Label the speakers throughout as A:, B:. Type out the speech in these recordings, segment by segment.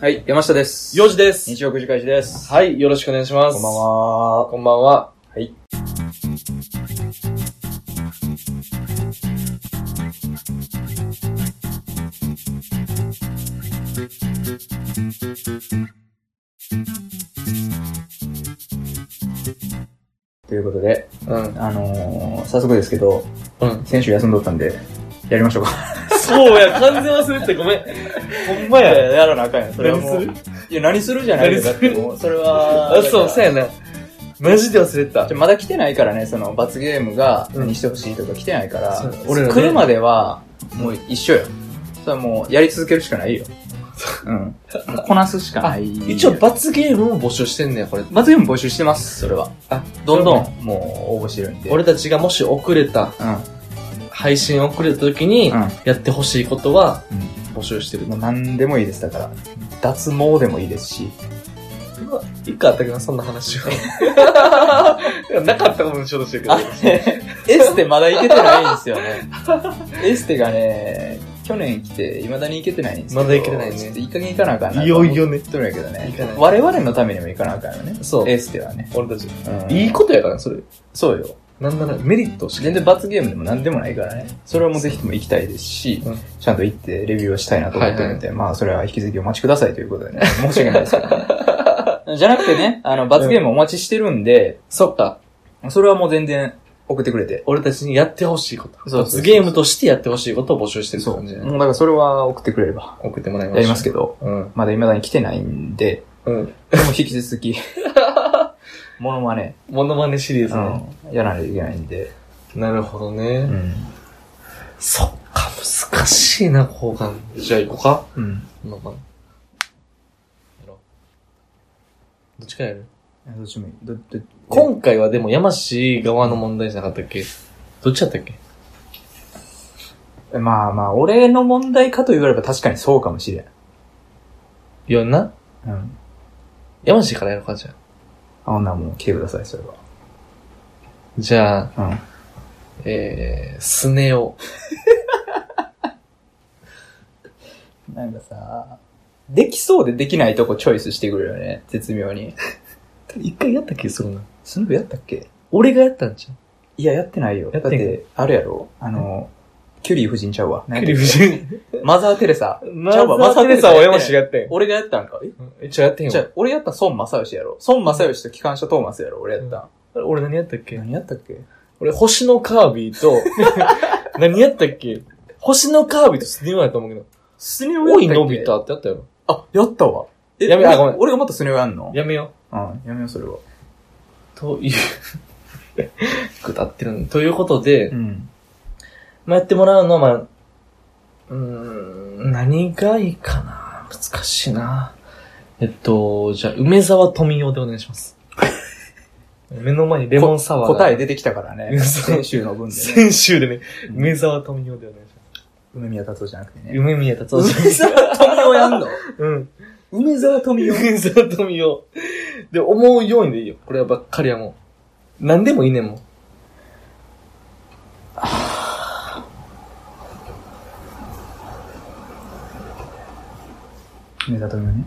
A: はい、山下です。
B: よじです。
A: 日曜9時開始です。
B: はい、よろしくお願いしま
A: こ
B: す。
A: んばん。は。
B: こんばんは。
A: はい。ということで、
B: うん。
A: あのー、早速ですけど、
B: うん。
A: 先週休んどったんで、やりましょうか。
B: そうや、完全忘れてたごめん。ほんまや。
A: やらなあかんや、そ
B: 何
A: いや、何するじゃないですか。だっ
B: 何す
A: て
B: る
A: もう、それは。
B: あ、そう、そうやな。マジで忘れてた
A: じゃ。あまだ来てないからね、その罰ゲームが
B: うん
A: 何してほしいとか来てないから、
B: そう俺らね
A: 来るまではもう一緒よ。それはもうやり続けるしかないよ。うん。もうこなすしかない。
B: 一応、罰ゲームも募集してんねや、これ。
A: 罰ゲーム募集してます、それは。
B: あ、
A: どんどん、もう応募してるんで。
B: 俺たちがもし遅れた、
A: うん、うん。
B: 配信遅れた時に、やってほしいことは
A: う
B: 募集してる
A: ん。。もう何でもいいです、だから。脱毛でもいいですし。
B: 一回あったけどな、そんな話は。いや なかったことにしようとしてるけど。
A: ね、エステまだ行けてないんですよね。エステがね、去年来て、未だに行けてないんですけど
B: まだ行けてないね
A: ちょっといい加減行かなあかんな。
B: いよいよね
A: とるんやけどね
B: 行かない。
A: 我々のためにも行かなあかんよね。
B: そう。
A: エステはね。
B: 俺たち。
A: うん
B: いいことやから、それ。
A: そうよ。
B: なんなら、メリットをしか
A: 全然罰ゲームでも何でもないからね。それはもうぜひとも行きたいですし、
B: うん
A: ちゃんと行ってレビューをしたいなと思ってるので、まあそれは引き続きお待ちくださいということでね。申し訳ないですけど ね。じゃなくてね、あの、罰ゲームお待ちしてるんで、
B: そっか。
A: それはもう全然送ってくれて。
B: 俺たちにやってほしいこと。
A: そうそうそう
B: 罰ゲームとしてやってほしいことを募集してるって
A: そう。
B: 感じ
A: もうだからそれは送ってくれれば。
B: 送ってもらいまし
A: やりますけど、
B: ど。うん。
A: まだ未だに来てないんで、
B: うん。
A: でも引き続 き、モノマネ、
B: モノマネシリーズね。
A: うんやらないといけないんで、
B: なるほど
A: う
B: ね。
A: ん。
B: そっか、難しいな、交換。じゃあ行こうか。
A: うん。
B: モノマネ。やろうどっちからやる
A: どっちもいい。ど、ど、
B: 今回はでも山氏側の問題じゃなかったっけどっちだったっけ
A: えまあまあ、俺の問題かと言われば確かにそうかもしれん。
B: いやな。
A: うん。
B: 山氏からやろうか、じゃあ。
A: あ、ほんならもう来てください、それは。
B: じゃ
A: う
B: あ、
A: ん。
B: えー、スネ夫。
A: なんかさ、できそうでできないとこチョイスしてくるよね、絶妙 に。
B: 一回やった気するな。
A: その部やったっけ
B: 俺がやったんじゃん。
A: いや、やってないよ。
B: や
A: だ
B: って
A: っ
B: んか
A: て、あれやろあの、キュリー夫人ちゃうわ。
B: クリフ ジン。
A: マザー・テレサ。
B: マ
A: ザーテレサは山氏
B: がやって
A: 俺がやったんか
B: ん。ちょ、やってへん
A: じゃあ
B: わ。、
A: 俺やったん孫正義やろ。孫正義と機関車トーマスやろ、俺やったん。
B: 俺何やったっけ
A: 何やったっけ
B: 俺、星のカービィと、 何やったっけ星のカービィとスネ夫やと思うけど。
A: スネ
B: おい、のび。たってやったよ。
A: あ、やったわ。え
B: やめあごめん
A: 俺俺がまたスネ夫やんの
B: やめよ
A: うん、やめよう、それは。
B: う。という。くだってるんということで、
A: ん。
B: まあ、やってもらうのは、まあ、うーん、何がいいかな難しいなえっと、じゃあ、梅沢富美男でお願いします。 目の前にレモンサワーが
A: 答え出てきたからね。
B: そう
A: 先週の分でね。
B: 先週でね、
A: うん
B: 梅沢富美男でお願いしま
A: 梅宮達夫じゃなくて
B: す。
A: ね。
B: 梅宮達夫
A: 梅
B: さん。
A: 沢富美男やんの
B: うん。
A: 梅沢富美男。
B: 梅沢富美男。で、思うようにでいいよ。これはばっかりはもう。何でもいいねんも
A: 梅沢富美男ね。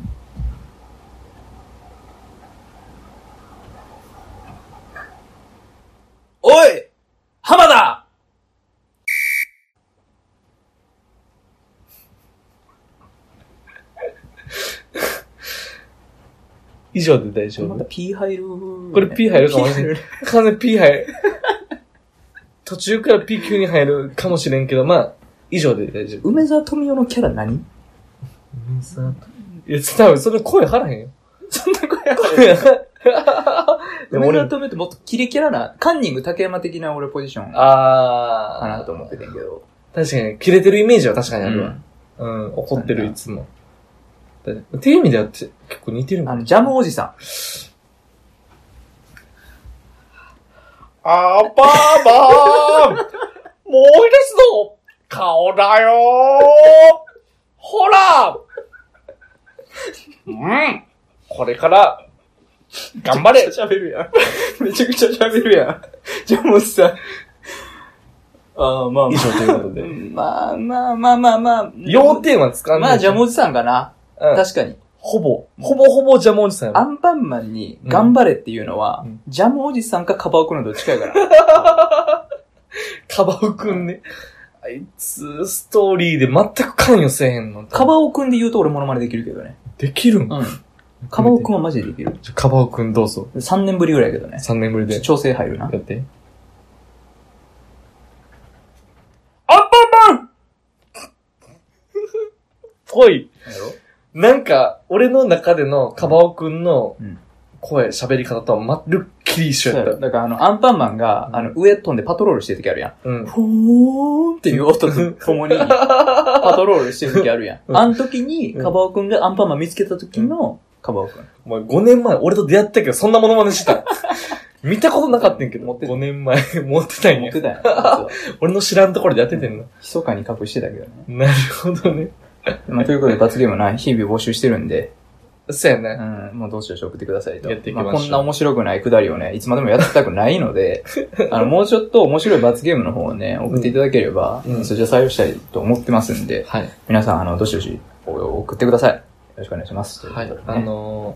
B: おい浜田以上で大丈
A: また
B: 夫。
A: ピー入る。
B: これ P 入るかもしれ
A: ピー入
B: ん
A: る
B: 完全に P 入る。途中から P 級に入るかもしれんけど、まあ、以上で大丈夫。
A: 梅沢富美男のキャラ何
B: いや、多分それ声張らへんよ。
A: そんな声やから
B: で
A: で
B: も
A: も俺
B: 俺
A: は止めてもっとキレキャラな、カンニング竹山的な俺ポジションか
B: あー。
A: なと思っててんけど。
B: 確かに、キレてるイメージは確かにあるわ。
A: あ
B: うん、怒ってる、いつも。だっていう意味ではて結構似てるもん。
A: の、ジャムおじさ
B: あーばーばーもう一つの顔だよーほらうんこれから、頑張れ
A: ん。喋るやん。めちゃくちゃ喋るやん。 ジャムおじさん。ああ、まあま
B: 以上ということ
A: あ。
B: で。
A: まあまあまあまあまあ。
B: 要点はつかんない。
A: まあジャムおじさんかな。
B: うん
A: 確かに。
B: ほぼ、ほぼほぼジャムおじさんや
A: ア
B: ろ。
A: ンパンマンに頑張れっていうのは、
B: うん
A: ジャムおじさんかカバオくんのどっちかや から。
B: カバオくんね。あいつ、ストーリーで全く関与せえへんの。
A: カバオくんで言うと俺モノマネできるけどね。
B: できるん
A: うん。カバオくんはマジでできる。
B: じゃカバオくんどうぞ。
A: 3年ぶりぐらいやけどね。
B: 3年ぶりで。
A: 調整入るな。
B: やって。
A: アンパンマン
B: ぽい。
A: やろ
B: なんか、俺の中でのカバオくんの
A: うん
B: 声、喋り方とはまるっきり一緒
A: そう
B: や
A: や
B: っ
A: ろ
B: た。
A: だからあの、アンパンマンが、
B: うん
A: あの、上飛んでパトロールしてる時あるやん。
B: う ん。
A: ふーんっていう音 とともに、パトロールしてる時あるや
B: うん
A: ん。あの時に、
B: うん
A: カバオくんがアンパンマン見つけた時の、カバオくん。
B: お前5年前、俺と出会ったけど、そんなものまね してた。見たことなかったんやけど、
A: 持ってた
B: 5年前、持ってたん
A: 思っ
B: や。
A: て たやん実は。
B: 俺の知らんところでやっててんの。
A: 密かに隠してたけどね。
B: なるほどね。
A: まあ、ということで、罰ゲームない、日々募集してるんで、
B: そうや
A: う
B: ね。
A: ん、もうどうしよう送ってくださいと。
B: やっていきましょう
A: あこんな面白くないくだりをね、いつまでもやってたくないの で、あの、もうちょっと面白い罰ゲームの方をね、送っていただければ、
B: うん
A: そちら採用したいと思ってますんで、
B: はい。
A: 皆さん、あの、どしどしお送ってください。よろしくお願いします。
B: はい
A: とうこ。と
B: あ
A: でね
B: の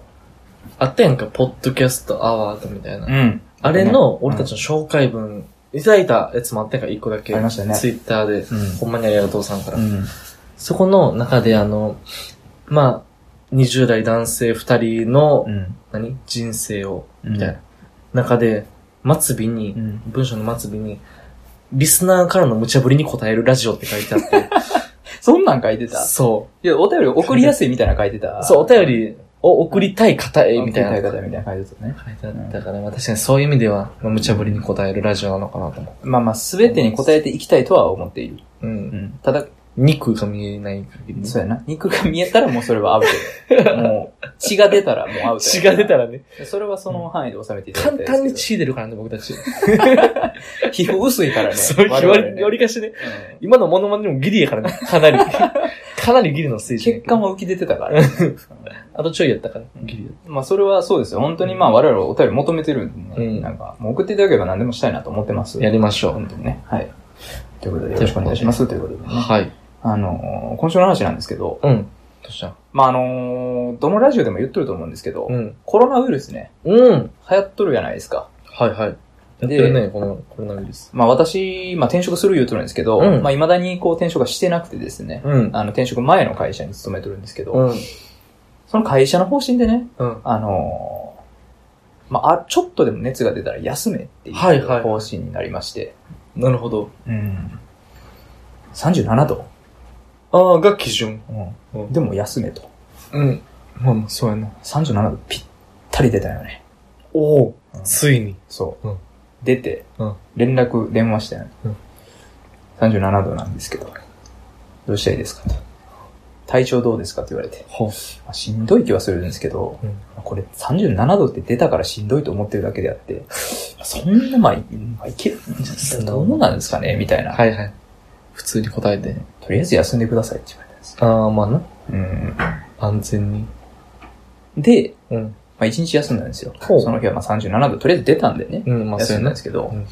B: ー、あったやんか、ポッドキャストアワードみたいな。
A: うん。
B: あれの、俺たちの紹介文、いただいたやつもあったやんか、一個だけ。
A: ありましたね
B: ツイッターで、
A: う
B: ほんまにありがとうさんから。
A: ん。うん。
B: そこの中で、あの、まあ、20代男性2人の、
A: うん。
B: 何人生を、
A: うん
B: みたいな。中で、末尾に、
A: うん。
B: 文章の末尾に、リスナーからの無茶ぶりに答えるラジオって書いてあ って。
A: そんなん書いてた
B: そ
A: いや、お便り送りやすいみたいな書いてた。
B: う。そう、お便りを送りたい方へ、みたいな。
A: 送りたい方みたいな書いてたね。
B: 書いてあったから、まあ確かにそういう意味では、まあ無茶ぶりに答えるラジオなのかなと思
A: まあまあ、すべてに答えていきたいとは思っている。
B: う。うん
A: う。ん。ただ、
B: 肉が見えない限りね。
A: そうやな。肉が見えたらもうそれはアウト や。もう、血が出たらもうアウトや。
B: 血が出たらね。
A: ら。それはその範囲で収めていただ
B: 簡
A: きたい
B: 単に
A: です
B: 血出るからね、僕たち。
A: けど。皮膚薄い からね。
B: そう、
A: 我々ね
B: 割り、割りかしね。
A: うん
B: 今のモノマネでもギリやからね。かなり。かなりギリのステージ。
A: 血管。も浮き出てたから。
B: あとちょいやったから。ギリやっ
A: まあそれはそうですよ。本当にまあ我々お便り求めてるんでね、
B: うん
A: なんか、もう送っていただければ何でもしたいなと思ってます。
B: た。やりましょ
A: 本当にね。はい。ということでよろしくお願いします。ということで
B: う。
A: ね。
B: はい。
A: あのー、今週の話なんですけど、
B: うん。どうした
A: まああのー、どのラジオでも言ってると思うんですけど、
B: うん。
A: コロナウイルスね、
B: うん。
A: 流行っとるじゃないですか。
B: はいはい。やってるね、このコロナウイルス。
A: まあ私、まあ転職する言うとるんですけど、
B: うん
A: まあ未だにこう転職はしてなくてですね、
B: うん。
A: あの転職前の会社に勤めてるんですけど、
B: うん。
A: その会社の方針でね、
B: うん。
A: あのーまああ、ちょっとでも熱が出たら休めっていう
B: はいはい
A: 方針になりまして、
B: なるほど。
A: うん。37度、
B: ああ、が基準。
A: うん
B: うん
A: でも休めと。
B: うん。まあまあ、そうやな。
A: 37度ぴったり出たよね。
B: おお、
A: うん
B: ついに。
A: そう。
B: うん
A: 出て
B: うん、
A: 連絡、電話したよね。
B: うん
A: 37度なんですけど、どうしたらいいですかと。体調どうですかって言われて。
B: ほ
A: まあしんどい気はするんですけど、
B: うん
A: まあこれ37度って出たからしんどいと思ってるだけであって、そんなまあ、いまあいけ、どうなんですかねみたいな、
B: はいはい。普通に答えて。
A: とりあえず休んでくださいって言われたんですよ。
B: ああ、まあな。
A: うん
B: 安全に。
A: で、
B: うん。
A: まあ、1日休んだんですよ。
B: ほう
A: その日はまあ37度、とりあえず出たんでね、
B: うん、まあ、そう
A: 休
B: や
A: んだん
B: な
A: で。すけど、
B: うん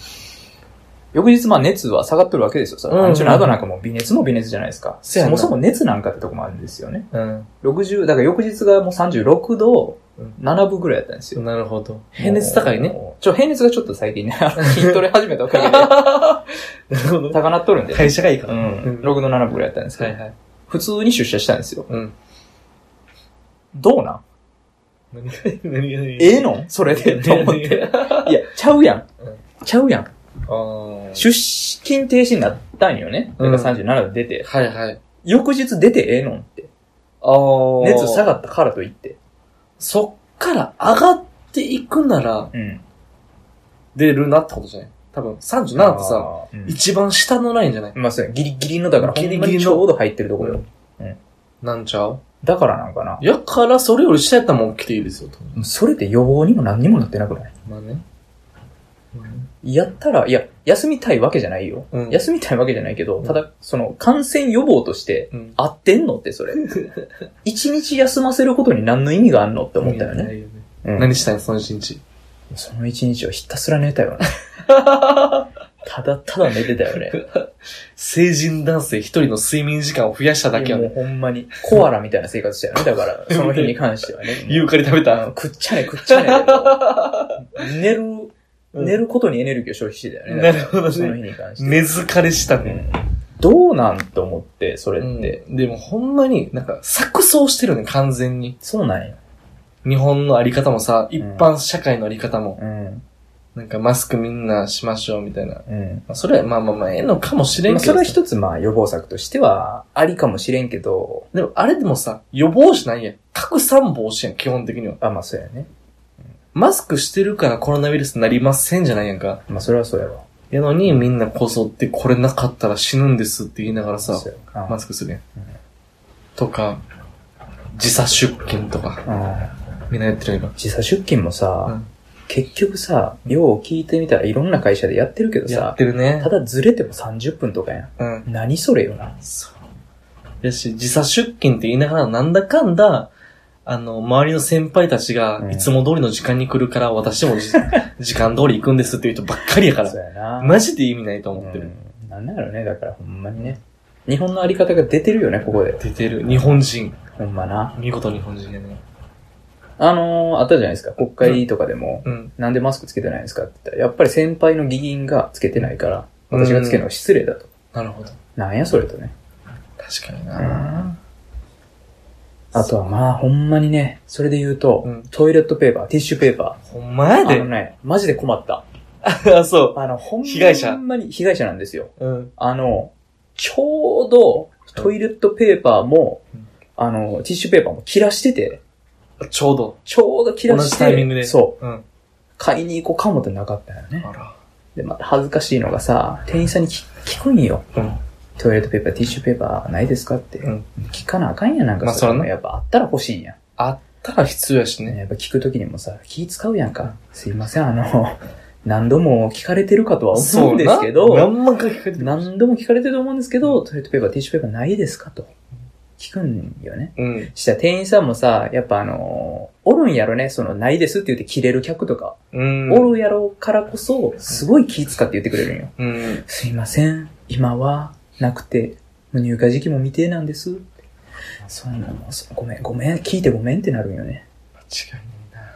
A: 翌日まあ熱は下がっとるわけですよ。さ
B: うんうん
A: 37度なんかもう微熱も微熱じゃないですか。
B: そう
A: そ
B: やな
A: もそも熱なんかってとこもあるんですよね。
B: うん。
A: 60、だから翌日がもう36度
B: うん
A: 7分ぐらいだったんですよ。
B: なるほど。平熱高いね。
A: もう。ちょ、平熱がちょっと最 近ね、あの筋トレ始めたおかげ
B: なるほ
A: で、。高なっとるんで。
B: 会社がいいか
A: う
B: ら。
A: ん。6の7分ぐらいやったんですけ
B: は
A: ど、
B: いはい。
A: 普通に出社したんですよ。
B: うん。
A: どうなん
B: 何がいい何がいい
A: ええのそれで、と思って。。いや、ちゃうやん
B: うん。
A: ちゃうやん。
B: あ あ。
A: 出勤停止になったんよね。
B: うん
A: だから37度出て。
B: はいはい。
A: 翌日出てええのんって。
B: ああ。
A: 熱下がったからといって。
B: そっから上がっていくなら
A: うん。
B: 出るなってことじゃない多分37ってさ、
A: あー、
B: 一番下のラインじゃない
A: うんまあそうやギリギリの、だから、
B: ギ
A: ギ
B: リギリ
A: リ
B: の
A: ギリちょうど入ってるところよ。
B: なんちゃう
A: だからなんかな。
B: やからそれより下やったらもう来ていいですよと。
A: それって予防にも何にもなってなくない
B: まあね。うん
A: やったら、いや、休みたいわけじゃないよ。
B: うん
A: 休みたいわけじゃないけど、
B: うん
A: ただ、その、感染予防として、
B: うん。
A: 合ってんのって、 それ。一日休ませることに何の意味があんのって思ったよね。
B: いいよね。
A: うん
B: 何したいのその一日。
A: その一日をひたすら寝たよね。
B: ただただ寝てたよね。成人男性一人の睡眠時間を増やしただけや
A: も
B: ね
A: う。ほんまに、コアラみたいな生活したよね。だから、 その日に関してはね。
B: ユーカリ食べ
A: あの
B: た。
A: 食っちゃね食っちゃねだけど寝る、
B: うん
A: 寝ることにエネルギーを消費してたよね。
B: なるほどね
A: その日に関して。
B: 根疲れしたね。
A: どうなんと思って、それって。
B: うんでもほんまになんか錯綜してるね、完全に。
A: そうなんよ。
B: 日本のあり方もさ、一般社会のあり方も、
A: うん。
B: なんかマスクみんなしましょうみたいな。
A: うん。
B: まあそれはまあまあまあ、ええのかもしれん
A: まあ
B: けど
A: そ
B: さ。
A: れは一つ、まあ、予防策としては、ありかもしれんけど、
B: でもあれでもさ、予防しないやん。拡散防止やん、基本的には。
A: あ、まあ、そうやね。
B: マスクしてるからコロナウイルスになりませんじゃないやんか。
A: まあ、それはそうやわ。
B: やのにみんなこぞってこれなかったら死ぬんですって言いながらさ、
A: そうやわ
B: マスクするやん。とか、時差出勤とか、
A: うん
B: みんなやってるやんか。
A: 時差出勤もさ、
B: うん
A: 結局さ、よう聞いてみたらいろんな会社でやってるけど
B: やっ
A: さ、
B: てるね
A: た。だずれても30分とかや
B: うん。
A: ん。何それよな。
B: そう。やし、時差出勤って言いながらなんだかんだ、あの、周りの先輩たち
A: う
B: が
A: ん
B: いつも通りの時間に来るから私も じ時間通り行くんですっていう人ばっかりやから
A: そ、うやな。
B: マジで意味ないと思ってる。
A: うん、なんなんやろね、だからほんまにね。日本のあり方が出てるよね、ここで。
B: 出てる。日本人。
A: ほんまな。
B: 見事日本人やね。
A: あのー、あったじゃないですか、国会とかでも、
B: うん。
A: なんでマスクつけてないんですかって言ったら、やっぱり先輩の議員がつけてないから、私がつけるのは失礼だと。
B: なるほど。
A: なんやそれとね。
B: 確かにな
A: あとはまあ、ほんまにね、それで言うと、
B: うん
A: トイレットペーパー、ティッシュペーパ
B: ほんまや
A: ー。あの
B: で。
A: ね、マジで困った。
B: あ、そ
A: あの、ほんまに、
B: 被害者
A: ほんまに被害者なんですよ。
B: う。うん。
A: あの、ちょうど、トイレットペーパーも
B: うん、
A: あの、ティッシュペーパーも切らしてて、
B: ちょうど。
A: ちょうど切らして、
B: 同じタイミングで
A: そう。
B: うん。
A: 買いに行こうかもってなかったよね。
B: あら。
A: で、また恥ずかしいのがさ、店員さんに聞聞くんよ。
B: うん。
A: トイレットペーパー、ティッシュペーパーないですかって。
B: うん
A: 聞かなあかんやんなんか
B: まあ
A: れ
B: そらな
A: やっぱあったら欲しいんや。
B: あったら必要やしね。
A: やっぱ聞くときにもさ、気使うやんか。すいません、あの、何度も聞かれてるかとは思うんですけど、
B: 何万回聞かれてる。
A: 何度も聞かれてると思うんですけど、トイレットペーパー、ティッシュペーパーないですかと。聞くんよね。
B: うん。
A: したら店員さんもさ、やっぱあのおるんやろね、その、ないですって言って切れる客とか。
B: うん。
A: おるやろうからこそ、すごい気使って言ってくれるんよ。
B: うん。
A: すいません、今はなくて、もう入荷時期も未定なんです。そうなの、そうごめん、ごめん、聞いてごめんってなるんよね。
B: 間違いないな。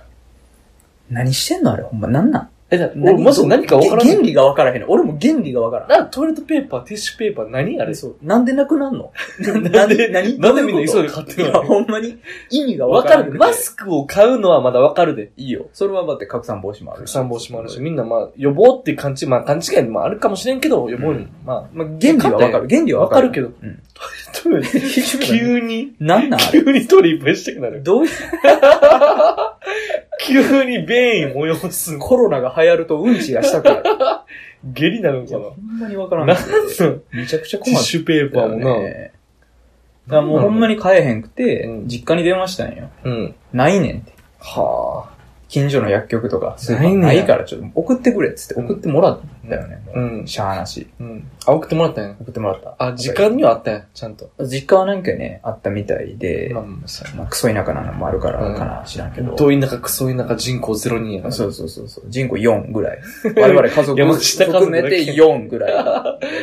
A: 何してんのあれ、ほんま、なんなん
B: え、だ俺、もし何か分から
A: げ
B: な
A: 原
B: い。
A: 理が分からへん。俺も原理が分からん。
B: な、トイレットペーパー、ティッシュペーパー、何あれ
A: そう。なんでなくなんの
B: なんで
A: 何
B: なんでみんな
A: どう
B: 急いで
A: うこ
B: 買っ
A: と
B: てる
A: いや、
B: の
A: ほんまに意味が分
B: 分
A: か
B: からる
A: ん。
B: で。マスクを買うのはまだ分かるで。
A: いいよ。それはだって拡散防止もある。
B: 拡散防止もあるし、みんなまあ、予防って勘違い、まあ勘違いもあるかもしれんけど、予防に。まあ、
A: まあ、原理は分かる。原理は分かる。
B: 分かる
A: けど。うん。
B: トイレ急に、
A: なんなんあれ
B: 急にトイレいっぱいしたくなる。
A: どういう
B: 急に便意催す
A: コロナが流行るとうんちがしたくな る。
B: 下痢なの
A: い
B: か
A: や、
B: な
A: ほんまにわからん。
B: なん
A: め
B: テ
A: ちゃくちゃ
B: ィッ
A: 困っ
B: シュペーパ
A: たよ
B: ーも
A: ね
B: な。
A: だからもうほんまに買えへんくて
B: う、ん
A: 実家に電話したんよ。
B: うん。
A: ないねんって。
B: は
A: 近所の薬局とか、スーパ
B: な
A: ー
B: いねん
A: ないからちょっと送ってくれっつって
B: うん
A: 送ってもらったよね。
B: あ。うん。
A: しゃーなし。
B: うん。あ、送ってもらったんや。
A: 送ってもらった。
B: あ、時間にはあったんや、ちゃんと。
A: 実家はなんかね、あったみたいで
B: ま、あまあそうや
A: まあクソ田舎なのもあるから
B: うん
A: かな、知らんけど。
B: 遠い中、クソい中、人口0人やな。
A: そうそうそうそう。人口4ぐらい。 我々家族
B: 山下家族
A: 含めて4ぐらいだっ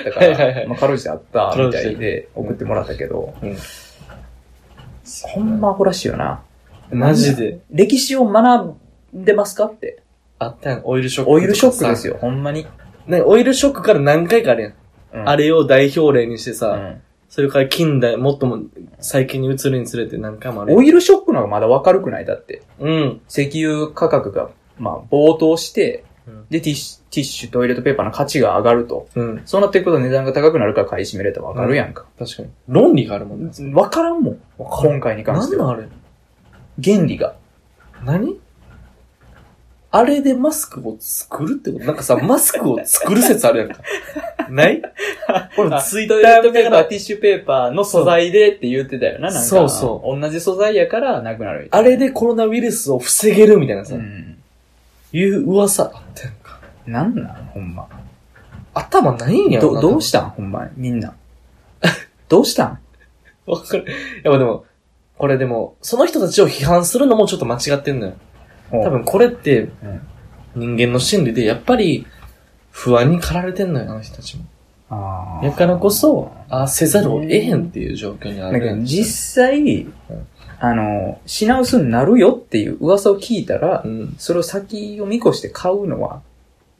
A: たか
B: はいはいは
A: ら、
B: い
A: まあ、かろうじてあったみたいで送ってもらったけど、
B: うん
A: ほんまアホらしいよな。
B: マジで。
A: 歴史を学んでますかって。
B: あったやん、オイルショック。
A: オイルショックです
B: よ。
A: よ、ほんまに。
B: ね、オイルショックから何回かあるやん。あ
A: れ
B: れを代表例にしてさ、
A: う
B: それから近代、もっとも最近に移るにつれて何回もある
A: ん、
B: やん。
A: オイルショックの方がまだわかるくないだって。
B: うん。
A: 石油価格が、まあ、暴騰して
B: うん、
A: で、ティッシュ、ティッシュ、トイレットペーパーの価値が上がると。
B: うん。
A: そうなっていくこと値段が高くなるから買い占めれたらわかるやんか。
B: 確かに。論理があるもんね。
A: わからんもん。今回に関し
B: 何
A: て
B: なん
A: は。
B: あれ
A: 原理が。
B: 何あれでマスクを作るってことなんか さ、マスクを作る説あるやんか。ない俺ツイッ
A: トイレ
B: タ
A: ッ
B: ー
A: ト
B: 見
A: ペ
B: な
A: ーパ
B: が
A: ー、
B: ら、
A: ティッシュペーパーの素材でって言ってたよな、なんか。。
B: そうそう
A: 同じ素材やからなくなるみたい
B: あ
A: な。
B: れでコロナウイルスを防げるみたいなさ、
A: うん。
B: いう噂あったやんか。
A: なんなんほんま。
B: 頭ないんやろ
A: ど、どうしたんほんまに、みんな。 どうしたん
B: たわかる。やっぱでも、これでも、その人たちを批判するのもちょっと間違ってんのよ。多
A: 多。
B: 分これって
A: うん、
B: 人間の心理で、やっぱり、不安に駆られてんのよ、あの人たちも。
A: あー
B: やからこそ、ああせざるを得へんっていう状況にあ
A: だけど
B: る。
A: 実際、あの、品薄になるよっていう噂を聞いたら
B: う、ん。
A: それを先を見越して買うのは、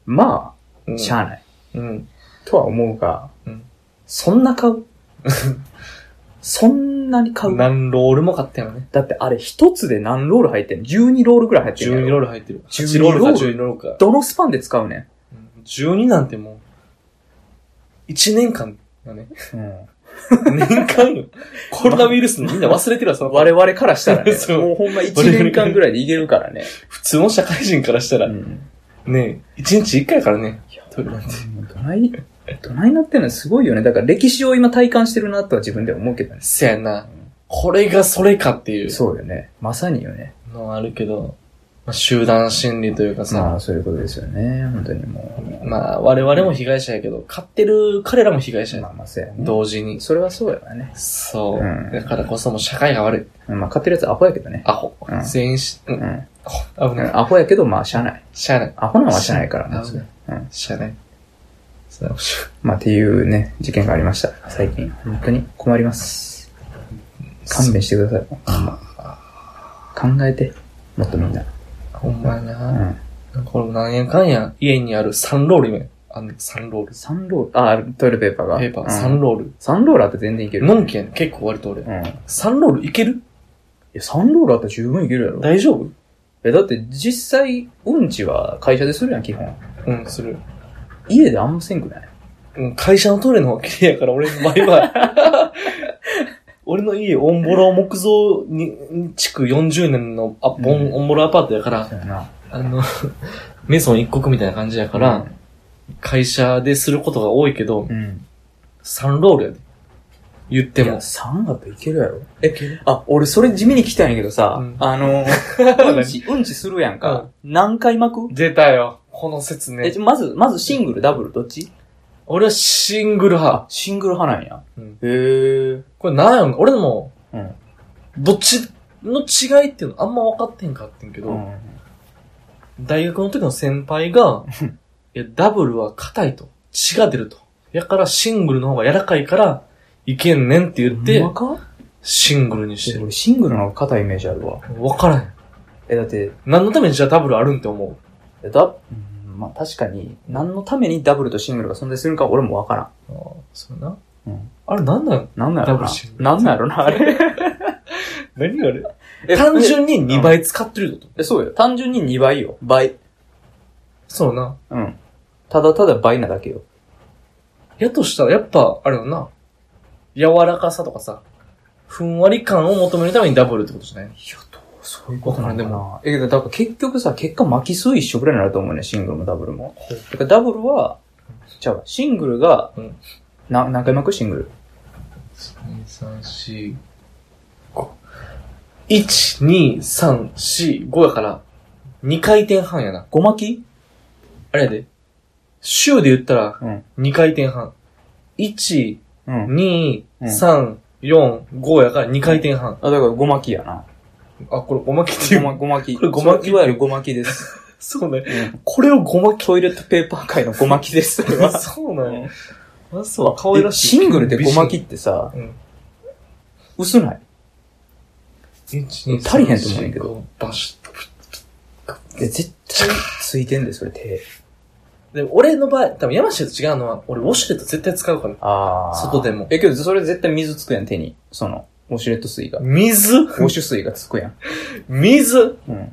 A: ま
B: う
A: あ、
B: ん
A: しゃあない。
B: うん。
A: とは思うが、
B: うん
A: そんな買 うそんなに買う
B: 何ロールも買ったよね。
A: だってあれ一つで何ロール入ってんの ?12 ロールぐらい入ってんの
B: 12ロール入ってる。
A: 12
B: 8ロールか
A: ロー
B: 12ロールか。
A: どのスパンで使うね
B: うん12なんてもう、1年間だね。
A: ん。うん、
B: 年 間よ。コロナウイルスのみんな忘れてるわ、その
A: 我々からしたらね、
B: そう
A: もうほんま1年間ぐらいでいけるからね。
B: 普通の社会人からした
A: う
B: ら、
A: ん
B: ねえ、1日1回やからね。トイレなんて。
A: どない、どないなってんのすごいよね。だから歴史を今体感してるなとは自分では思うけどね。
B: せやな。これがそれかっていう
A: そうよね。まさによね。
B: のはあるけど、まあ、集団心理というか
A: ま
B: さ、
A: あ、そういうことですよね。本当にもう。
B: まあ、我々も被害者やけど、買ってる彼らも被害者
A: ま
B: や。
A: あまあ、そうやね。
B: 同時に。
A: それはそうやわね。
B: そう
A: うん。
B: だからこそもう社会が悪い。
A: まあ、買ってるやつアホやけどね。
B: アホ
A: うん。
B: 全員し、う
A: うんん。
B: 危ない。
A: アホやけど、まあ、しゃあない。
B: しゃあない。
A: アホなんはしゃあないから
B: し
A: ね。
B: ゃあ
A: う
B: ない。しゃあない。それは面白い
A: まあ、っていうね、事件がありました。最近。本当に困ります。勘弁してください。考えて。もっとみんな。
B: ほんまや
A: う
B: な。
A: ん。
B: なんかこれも何やかんや、家にあるサンロール今、あの、サンロール。
A: サンロール、あ、トイレペーパーが。
B: ペーパー、サ
A: サ
B: ン
A: ンロール。
B: ロール。
A: サンロールあって全然いける。
B: のんけん、結構割と俺。
A: うん。
B: サンロールいける
A: いや、サンロールあったら十分いけるやろ。
B: 大丈夫
A: え、だって実際、うんちは会社でするやん、基本。
B: うん、する。
A: 家であんませんくない
B: うん、会社のトイレの方が綺麗やから、俺の場合は。 俺の家、オンボロ木造に、築40年のあ、ボン、
A: うん
B: オンボロアパートやから、
A: そうやな。
B: あの、 メソン一国みたいな感じやから、会社ですることが多いけど、
A: うん。
B: サンロールやで。言って
A: で
B: も
A: も、。サンだったらいけるやろ。あ、俺それ地味に聞きたいんやけどさ、
B: うん
A: あの ー、うんち、うんちするやんか。何回巻く
B: 出たよ。この説
A: え、
B: ね。
A: まず、まずシングル、ダブル、どっち
B: 俺はシングル派。
A: シングル派なんや。
B: うん
A: へー。
B: これなんやろな俺も、
A: うん。
B: どっちの違いっていうのあんま分かってんかってんけど、
A: うん。
B: 大学の時の先輩が、いや、ダブルは硬いと。血が出ると。やからシングルの方が柔らかいから、いけんねんって言っ
A: で、
B: て
A: ほんま、か
B: シングルにし
A: え
B: てる。
A: 俺シングルの方が硬いイメージあるわ。
B: 分からへん。
A: え、だって、
B: 何のためにじゃあダブルあるんって思
A: だ、うんまあ確かに、何のためにダブルとシングルが存在するのか俺もわからん。
B: う。ああ、そうな。
A: うん
B: あれなんなん
A: なんなんやろ
B: ダブル
A: な
B: シン。グル
A: なんなんやろな、あ れ。
B: 何あれ単純に2倍使ってるよと。
A: え、そうよ。単純に2倍よ。倍。
B: そうな。
A: うん。ただただ倍なだけよ。
B: やとしたら、やっぱ、あれよな。柔らかさとかさ、ふんわり感を求めるためにダブルってことじゃない
A: いや、どう、そういう
B: ことなんだ
A: でも。え、だから結局さ、結果巻き数一緒ぐらいになると思うね、シングルもダブルも。だからダブルは、ちゃうわシングルが
B: うん、
A: な、何回巻くシングル。
B: 1、2、3、4、1、2、3、4、5やから、2回転半やな。
A: 5巻き
B: あれやで。週で言ったら、
A: うん。
B: 2回転半。1、
A: うん。
B: 2、
A: うん
B: 3、4、5やから2回転半。
A: あ、だから5巻きやな。
B: あ、これ5巻きってい
A: 5
B: う。
A: 巻き。5巻き。
B: これ五巻き
A: いわゆる5巻き です。
B: そうね。
A: うん
B: これを5巻
A: トイレットペーパー界のゴマキです。それ
B: き。
A: は
B: そうなんや。あ、そう、可愛
A: え
B: らしい。
A: シングルでゴマキ
B: 美
A: ってさ、
B: 人。うん。
A: 薄ない。
B: 足
A: 足りへんと思うねんけど。
B: バシッ
A: え絶対ついてんで、それ手。
B: でも俺の場合、多分山下と違うのは、俺ウォシュレット絶対使うから。
A: あ
B: 外でも
A: え、けどそれ絶対水つくやん、手に。その、ウォシュレット水が。ウ
B: 水
A: ォシュ水がつくやん。
B: 水
A: うん。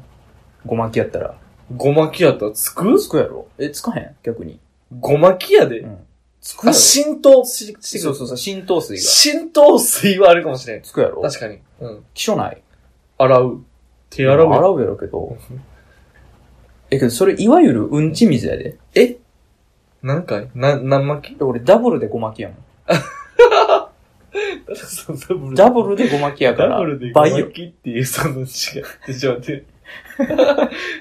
A: ゴマキやったら。
B: ごまきやったらつく
A: つくやろえ、つかへん逆に。
B: ごまきやで。
A: うん。つくやろ
B: あ、浸透ししてく
A: そう
B: る。
A: そうそう、浸透水が。
B: 浸透水はあるかもしれん。
A: つくやろ
B: 確かに。うん。
A: 気象ない。
B: 洗う。手洗うやん。
A: 洗うやろけど。え、けどそれいわゆるうんち水やで。
B: え 何回な、何巻き
A: 俺ダブルでゴマキやもん。
B: ダブ
A: ダブルでゴマキやから。
B: ダブルでご
A: 倍よ
B: ま。きっていう、その違い。ちょっと待 って。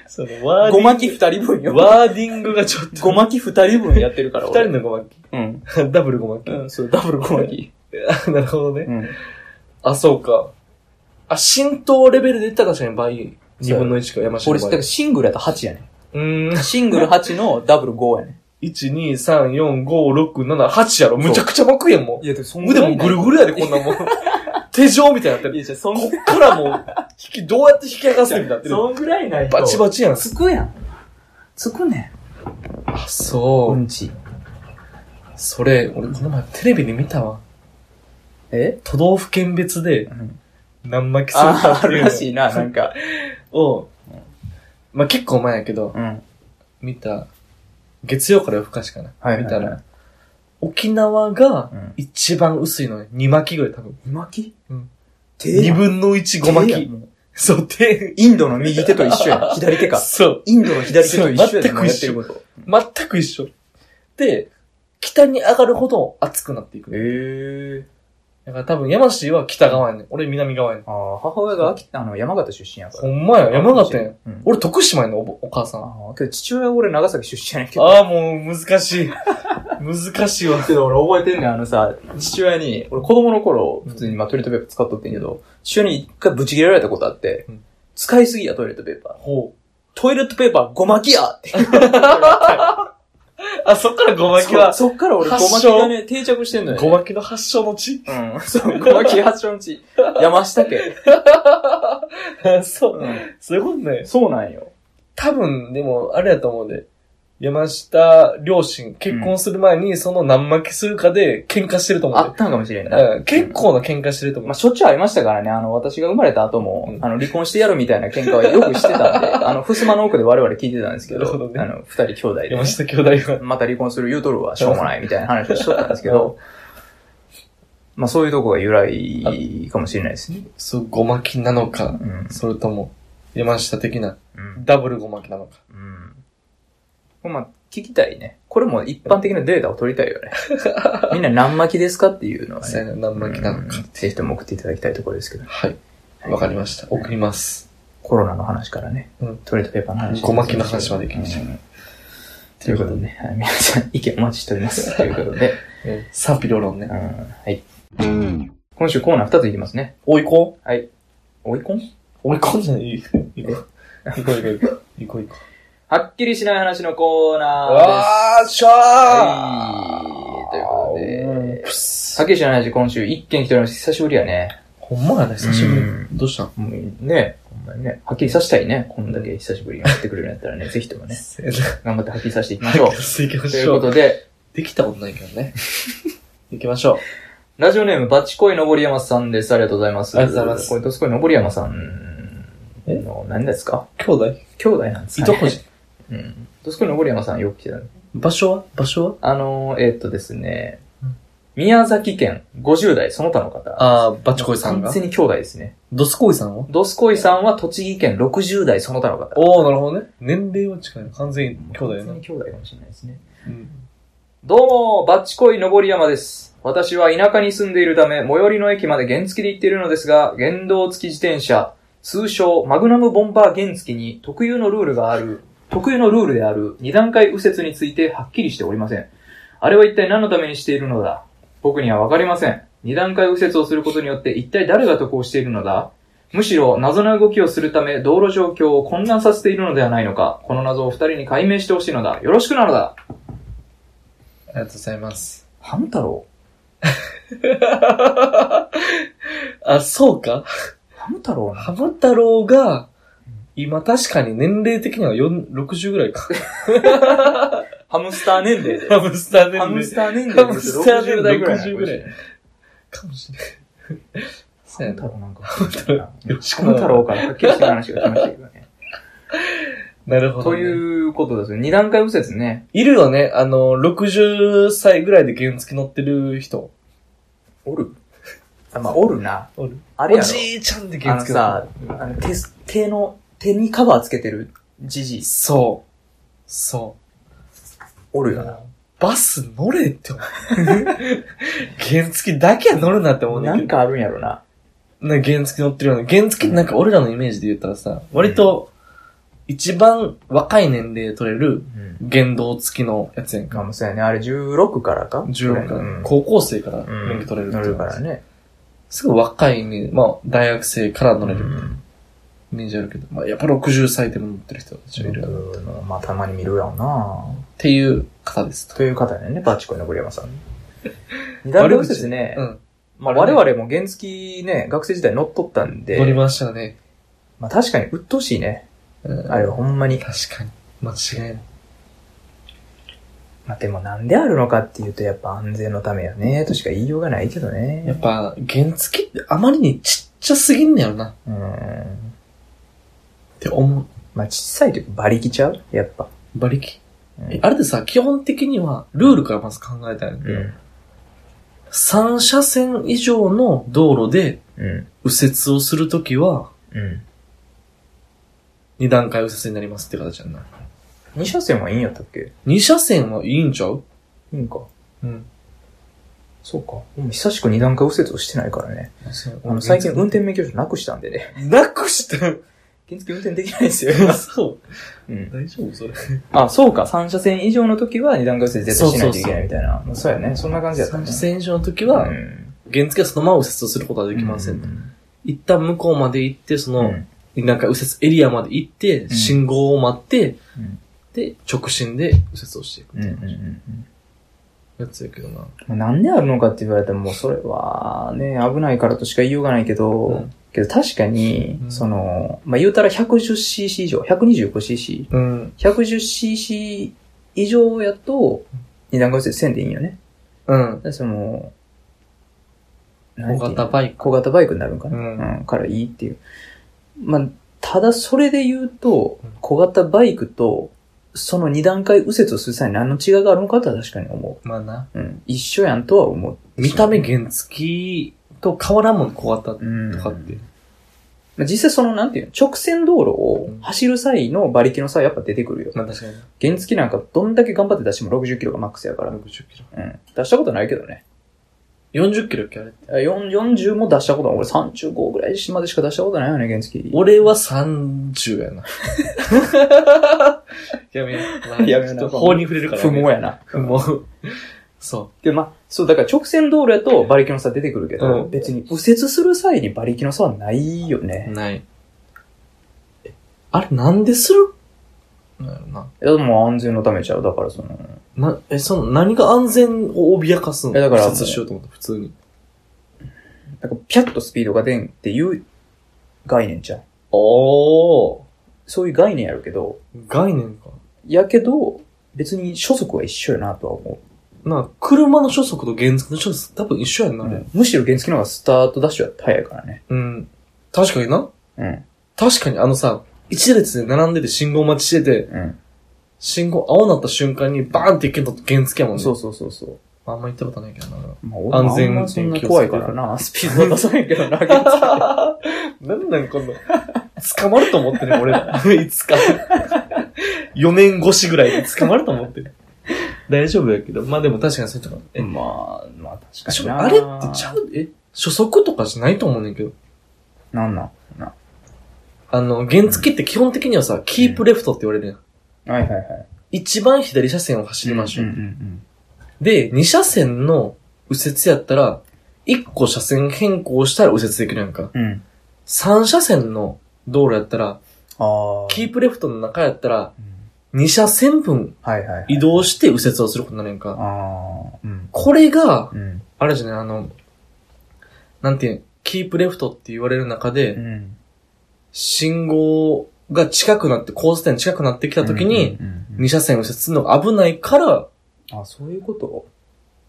B: そのワー
A: ご
B: ディン
A: まき二人分
B: グ、
A: よ。
B: ワーディングがちょっと。
A: ごまき二人分やってるから、
B: 二
A: 俺。
B: 人のごまき。
A: うん。
B: ダブルごまき。
A: うん、そう、ダブルごまき。
B: あ なるほどね。
A: うん。
B: あ、そうか。あ、浸透レベルで言ったら確かに倍、二分の一か、山下の
A: 俺、だ
B: 場合
A: からシングルやったら8やね
B: うーん
A: ん。。シングル8のダブル5やね
B: 1,2,3,4,5,6,7,8やろ。むちゃくちゃ僕やん、も
A: いや、でもそん
B: う。腕もぐるぐるやで、こんなもん。 手錠みたいになって
A: い
B: る。
A: や、じゃあそん
B: こっからもう、引き、どうやって引き上がすみたいになってる。
A: そんぐらいないと。
B: バチバチやん。
A: つくやん。つくね
B: あ、そ
A: うんち。
B: それ、俺この前テレビで見たわ。
A: え
B: 都道府県別で
A: うん
B: 何巻きするか
A: あ
B: っ
A: あ
B: て
A: る
B: いう
A: らしいな、なんか。
B: のを、まあ、結構前やけど、
A: うん。
B: 見た、月曜から夜更かしかな。
A: はいはいはい
B: 見たら、沖縄が
A: うん
B: 一番薄いのね。2巻きぐらい多分。
A: う巻き
B: うん。
A: 手
B: 2分の1、5巻き。
A: き。
B: そう、手、
A: インドの右手と一緒やん。左手か。
B: そう。
A: インドの左手と一緒やで
B: そう全く一緒
A: もうやってること。
B: 全く一緒。で、北に上がるほど暑くなっていく。
A: ええ。
B: だから多分山氏は北側やねん。俺南側やねん。
A: ああ、母親が秋田、あの、山形出身やから。
B: ほんまや、山形やん。
A: うん。
B: 俺徳島やねん、おぼお母さん。
A: ああ、けど父親は俺長崎出身やねんけど。
B: ああ、もう難し い。難しいわ。
A: けど俺覚えてんねん、あのさ、父親に、俺子供の頃、普通にまあトイレットペーパー使っとってんけど、父親に一回ブチ切れられたことあって、
B: うん
A: 使いすぎやトイレットペーパー。
B: ほう。
A: トイレットペーパー5巻きやって。
B: あ、そっからごまきは、
A: そそっから俺5
B: 発
A: 巻き
B: 祥
A: がね、定着してんのよ、
B: ご
A: ね。
B: まきの発祥の地
A: うん、そう、5巻き発祥の地。山下家。
B: そう。
A: うん。
B: そういうことね。
A: そうなんよ。
B: 多分、でも、あれやと思うで。山下両親、結婚する前に、その何巻きするかで喧嘩してると思
A: あ
B: う
A: ったんかもしれん
B: で。
A: な。
B: うん、結構な喧嘩してると思
A: ま
B: う
A: あ、。しょっちゅうありましたからね、あの、私が生まれた後も、
B: うん
A: あの、離婚してやるみたいな喧嘩はよくしてたん で、あの、襖の奥で我々聞いてたんですけど、
B: なるほどね
A: あの、二人兄弟で、ね
B: 山。下兄弟は。
A: また離婚する言うとるわ、しょうもない、みたいな話をしとったんですけ ど、まあそういうとこが由来かもしれないですね。
B: そう、ごまきなのか、
A: うん。
B: それとも、山下的な、
A: うん。
B: ダブルごまきなのか。
A: うん。まあ、聞きたいね。これも一般的なデータを取りたいよ ね。みんな何巻きですかっていうのは
B: そうや
A: ね。
B: な何巻きなのか
A: うん。ぜひとも送っていただきたいところですけど、
B: はい。わかりました。送ります。
A: コロナの話からね、
B: うん
A: トイレットペーパーの話。
B: ごまきの話まで聞いちゃう
A: うんということで、ね、はい皆さん意見お待ちしております。 ということで、
B: えー賛否両論
A: うん
B: ね。
A: はい。今週コーナー2ついきますね。
B: おいこう
A: はい。追い込ん
B: 追い込んじゃない。行こう 行こう行こう行こう行こう行こう。
A: はっきりしない話のコーナーです。
B: わーしゃー
A: はいということで
B: うんプ
A: は
B: ス
A: っきりしない話、今週一件来ております。久しぶりやね。
B: ほんまやね、久しぶ
A: う
B: り。どうしたん
A: もうね、ほんまにね。はっきりさせたいね。こんだけ久しぶりにやってくれるんやったらね、ぜひともね、
B: せーの
A: 頑張ってはっきりさせていきましょう。
B: 行きま
A: と
B: し
A: いう
B: ょ
A: こ
B: う。
A: とで、
B: できたことないけどね。行きましょ
A: ラジオネーム、バチコイのぼりやまさんです。ありがとうございます。
B: ありがとうございます
A: これ、どすこいのぼりやまさんの、何ですか
B: う。兄弟
A: 兄弟なんです
B: い
A: か、
B: と
A: ね、
B: こじ。
A: うん。どすこいのぼりやまさんよく来てたの
B: 場所は場所は
A: あのー、えーっとですね
B: うん、
A: 宮崎県50代その他の方。
B: あー、バチコイさんが
A: 完。全に兄弟ですね。
B: ドスコイさんは
A: ドスコイさんは栃木県60代その他の方。
B: おー、なるほどね。年齢は近い。完全に兄弟や
A: 完全
B: な
A: に。兄弟かもしれないですね。
B: うん
A: どうも、バッチコイ登り山です。私は田舎に住んでいるため、最寄りの駅まで原付で行っているのですが、原動付き自転車、通称マグナムボンバー原付に特有のルールがある、特有のルールである二段階右折についてはっきりしておりません。あれは一体何のためにしているのだ僕にはわかりません。二段階右折をすることによって一体誰が得をしているのだむしろ謎な動きをするため道路状況を混乱させているのではないのかこの謎を二人に解明してほしいのだよろしくなのだ
B: ありがとうございます。
A: ハム太郎
B: あ、そうか
A: ハム太郎な。
B: ハム太郎が、今確かに年齢的には4 60ぐらいか。
A: ハムスター年齢で。
B: ハムスター 年
A: ハム
B: 齢
A: スター年齢
B: ハムスター年齢
A: 60
B: 60
A: ぐ
B: ぐ
A: ら
B: ら
A: い
B: いかもしれない。
A: ハム太郎なんか。ハム
B: 太 郎
A: ハム太郎からはっきりした話が来ましたけどね。
B: なるほど、
A: と
B: ね。う。
A: いうことですよ。二段階右折ね。
B: いるよね、あの、60歳ぐらいで原付乗ってる人。
A: おるあ、まあ、おるな。
B: おる。
A: あれ
B: お
A: や
B: じいちゃんで
A: ろ。あ
B: 原
A: の
B: 付乗
A: さ
B: って、
A: あの手す、手の、手にカバーつけてるじじい
B: る。そう。そ
A: おる
B: う
A: よな。。
B: バス乗れって 思う。原付だけは乗るなって思うねん
A: な
B: だけ
A: ん
B: ど。
A: かあるんやろな。
B: なんか原付乗ってるような。原付ってなんか俺らのイメージで言ったらさ、割と、一番若い年齢で取れる
A: うん。
B: 原動付きのやつやん
A: まあ、
B: か。
A: もうそうやね。あれ16からか
B: 16
A: う
B: から、
A: ん
B: 高校生から
A: うん
B: 免許取れるって
A: 乗
B: いう
A: るか
B: のは
A: らね。
B: すごい若いね、まあ、大学生から乗れる。
A: うん
B: イメージあるけど、まあ、やっぱ60歳でも乗ってる人たちがいる。っ
A: うんまあ、たまに見るやんな
B: ていう方ですと。
A: という方やね、バッチコイの栗山さん。 二
B: 悪口
A: 段目ですね。
B: うん。
A: まあ、我々も原付きね、学生時代乗っとったんで、
B: 乗りましたね。
A: まあ確かに鬱陶しいね。
B: うん
A: あれはほんまに。
B: 確かに。間違いない。
A: まあでもなんであるのかっていうとやっぱ安全のためやね、としか言いようがないけど
B: や
A: ね
B: っ。ぱ、原付ってあまりにちっちゃすぎんねやろな。っ
A: うん。
B: て思う。
A: まあ小さい時馬力ちゃうやっぱ。
B: 馬力。
A: うん
B: えあれってさ、基本的には、ルールからまず考えたいんだけど、
A: う
B: 3車線以上の道路で
A: ん。う
B: 右折をするときは、
A: ん。うん。
B: 2段階右折になりますって形やんな。
A: 二車線はいいんやったっけ
B: 2車線はいいんちゃう
A: いいんか。
B: うん。
A: そうか。もう久しく二段階右折をしてないからね。あの最近運転免許証なくしたんでね。
B: なくしたよ。
A: 原付運転できないですよ。
B: そう。
A: うん。
B: 大丈夫それ。
A: あ、そうか。三車線以上の時は二段階右折絶対しないといけないみたいな。そうやね。そんな感じやったね。
B: 3線以上の時
A: う
B: は、
A: ん
B: 原付はそのまま右折をすることはできませんと。一旦向こうまで行って、その、
A: う
B: なんか右折エリアまで行って、
A: ん
B: 信号を待って、
A: うん
B: で、直進で右折をしていく
A: ん。うん。
B: やつやけどな。
A: なんであるのかって言われても、もうそれはね、危ないからとしか言いようがないけど、
B: うん
A: けど確かに、
B: うん
A: その、まあ、言うたら 110cc 以上、125cc、
B: うん。
A: 110cc 以上やと、二段階右折せんでいいんよね。
B: うん。
A: でその、なんてい
B: 小
A: うの
B: 型バイク。
A: 小型バイクになるんかな、
B: う
A: うんん、からいいっていう。まあ、ただそれで言うと
B: うん、
A: 小型バイクと、その二段階右折をする際に何の違いがあるのかとは確かに思
B: まあな。
A: う。うん。一緒やんとは思う。
B: 見た目原付と変わらんもん、小型と
A: うん。
B: かって。
A: まあ、実際その、なんていうの、直線道路を走る際の馬力の差はやっぱ出てくるよ。
B: まあ確かにな。
A: 原付なんかどんだけ頑張って出しても60キロがマックスやから。うん。
B: 60キロ。
A: 出したことないけどね。
B: 40キロっけあれって。
A: あ4 40も出したことない。俺35ぐらいまでしか出したことないよね、原付。
B: 俺は30やな。 やめよう。まあ
A: やめような
B: ちょっと法に触れるから。
A: 不毛。やな。
B: 不毛。そ
A: で、まあ、そう、だから直線道路やと馬力の差出てくるけど、
B: うん
A: 別に右折する際に馬力の差はないよ
B: う。
A: ね。
B: ない。あれ、なんでするなんやろな。
A: いや、でも安全のためちゃう。だからその、
B: な、え、その、何が安全を脅かすの
A: いやだから
B: 右折しようと思った、普通に。
A: なんかピャッとスピードが出んっていう概念ちゃう。
B: おー。
A: そういう概念やるけど、
B: 概念か。
A: やけど、別に初速は一緒やなとは思
B: なあ、車の初速と原付の初速多分一緒やんな、あ
A: う
B: れ。。
A: むしろ原付の方がスタートダッシュは早いからね。
B: うん。確かにな。
A: うん。
B: 確かにあのさ、一列で並んでて信号待ちしてて、
A: うん。
B: 信号青なった瞬間にバーンって行けんのと原付やもんね。
A: そうそうそうそう。
B: あんま行ったことないけどな。
A: まあ、俺も
B: 安全
A: あん
B: 運
A: まそ
B: 転
A: んな
B: 気をつけて
A: 怖いからな。スピードは出さないけ どな、原付。
B: なんなんこんな。捕まると思ってる俺ら。 いつか。4年越しぐらいで捕まると思ってる。大丈夫やけど。まあでも確かにそういうとこ。え、
A: まあ、まあ確か
B: し
A: に
B: か
A: な。
B: もあれってちゃう、え、初速とかじゃないと思うねんけど。
A: なんなんな。
B: あの、原付って基本的にはさ、キープレフトって言われるやん。
A: はいはいはい。
B: 一番左車線を走りましょう。
A: うんうんうん。
B: で、二車線の右折やったら、一個車線変更したら右折できるやんか。
A: うん。
B: 三車線の道路やったら、
A: ああ。
B: キープレフトの中やったら、
A: うん
B: 二車線分
A: はいはいはい。
B: 移動して右折をすることになるやんか。
A: ああ。うん。
B: これが、
A: うん。
B: あれじゃない、あの、なんていうのキープレフトって言われる中で、
A: うん。
B: 信号が近くなって、交差点近くなってきた時に、
A: うんうんうん
B: 二車線右折するのが危ないから、
A: あ、そういうこと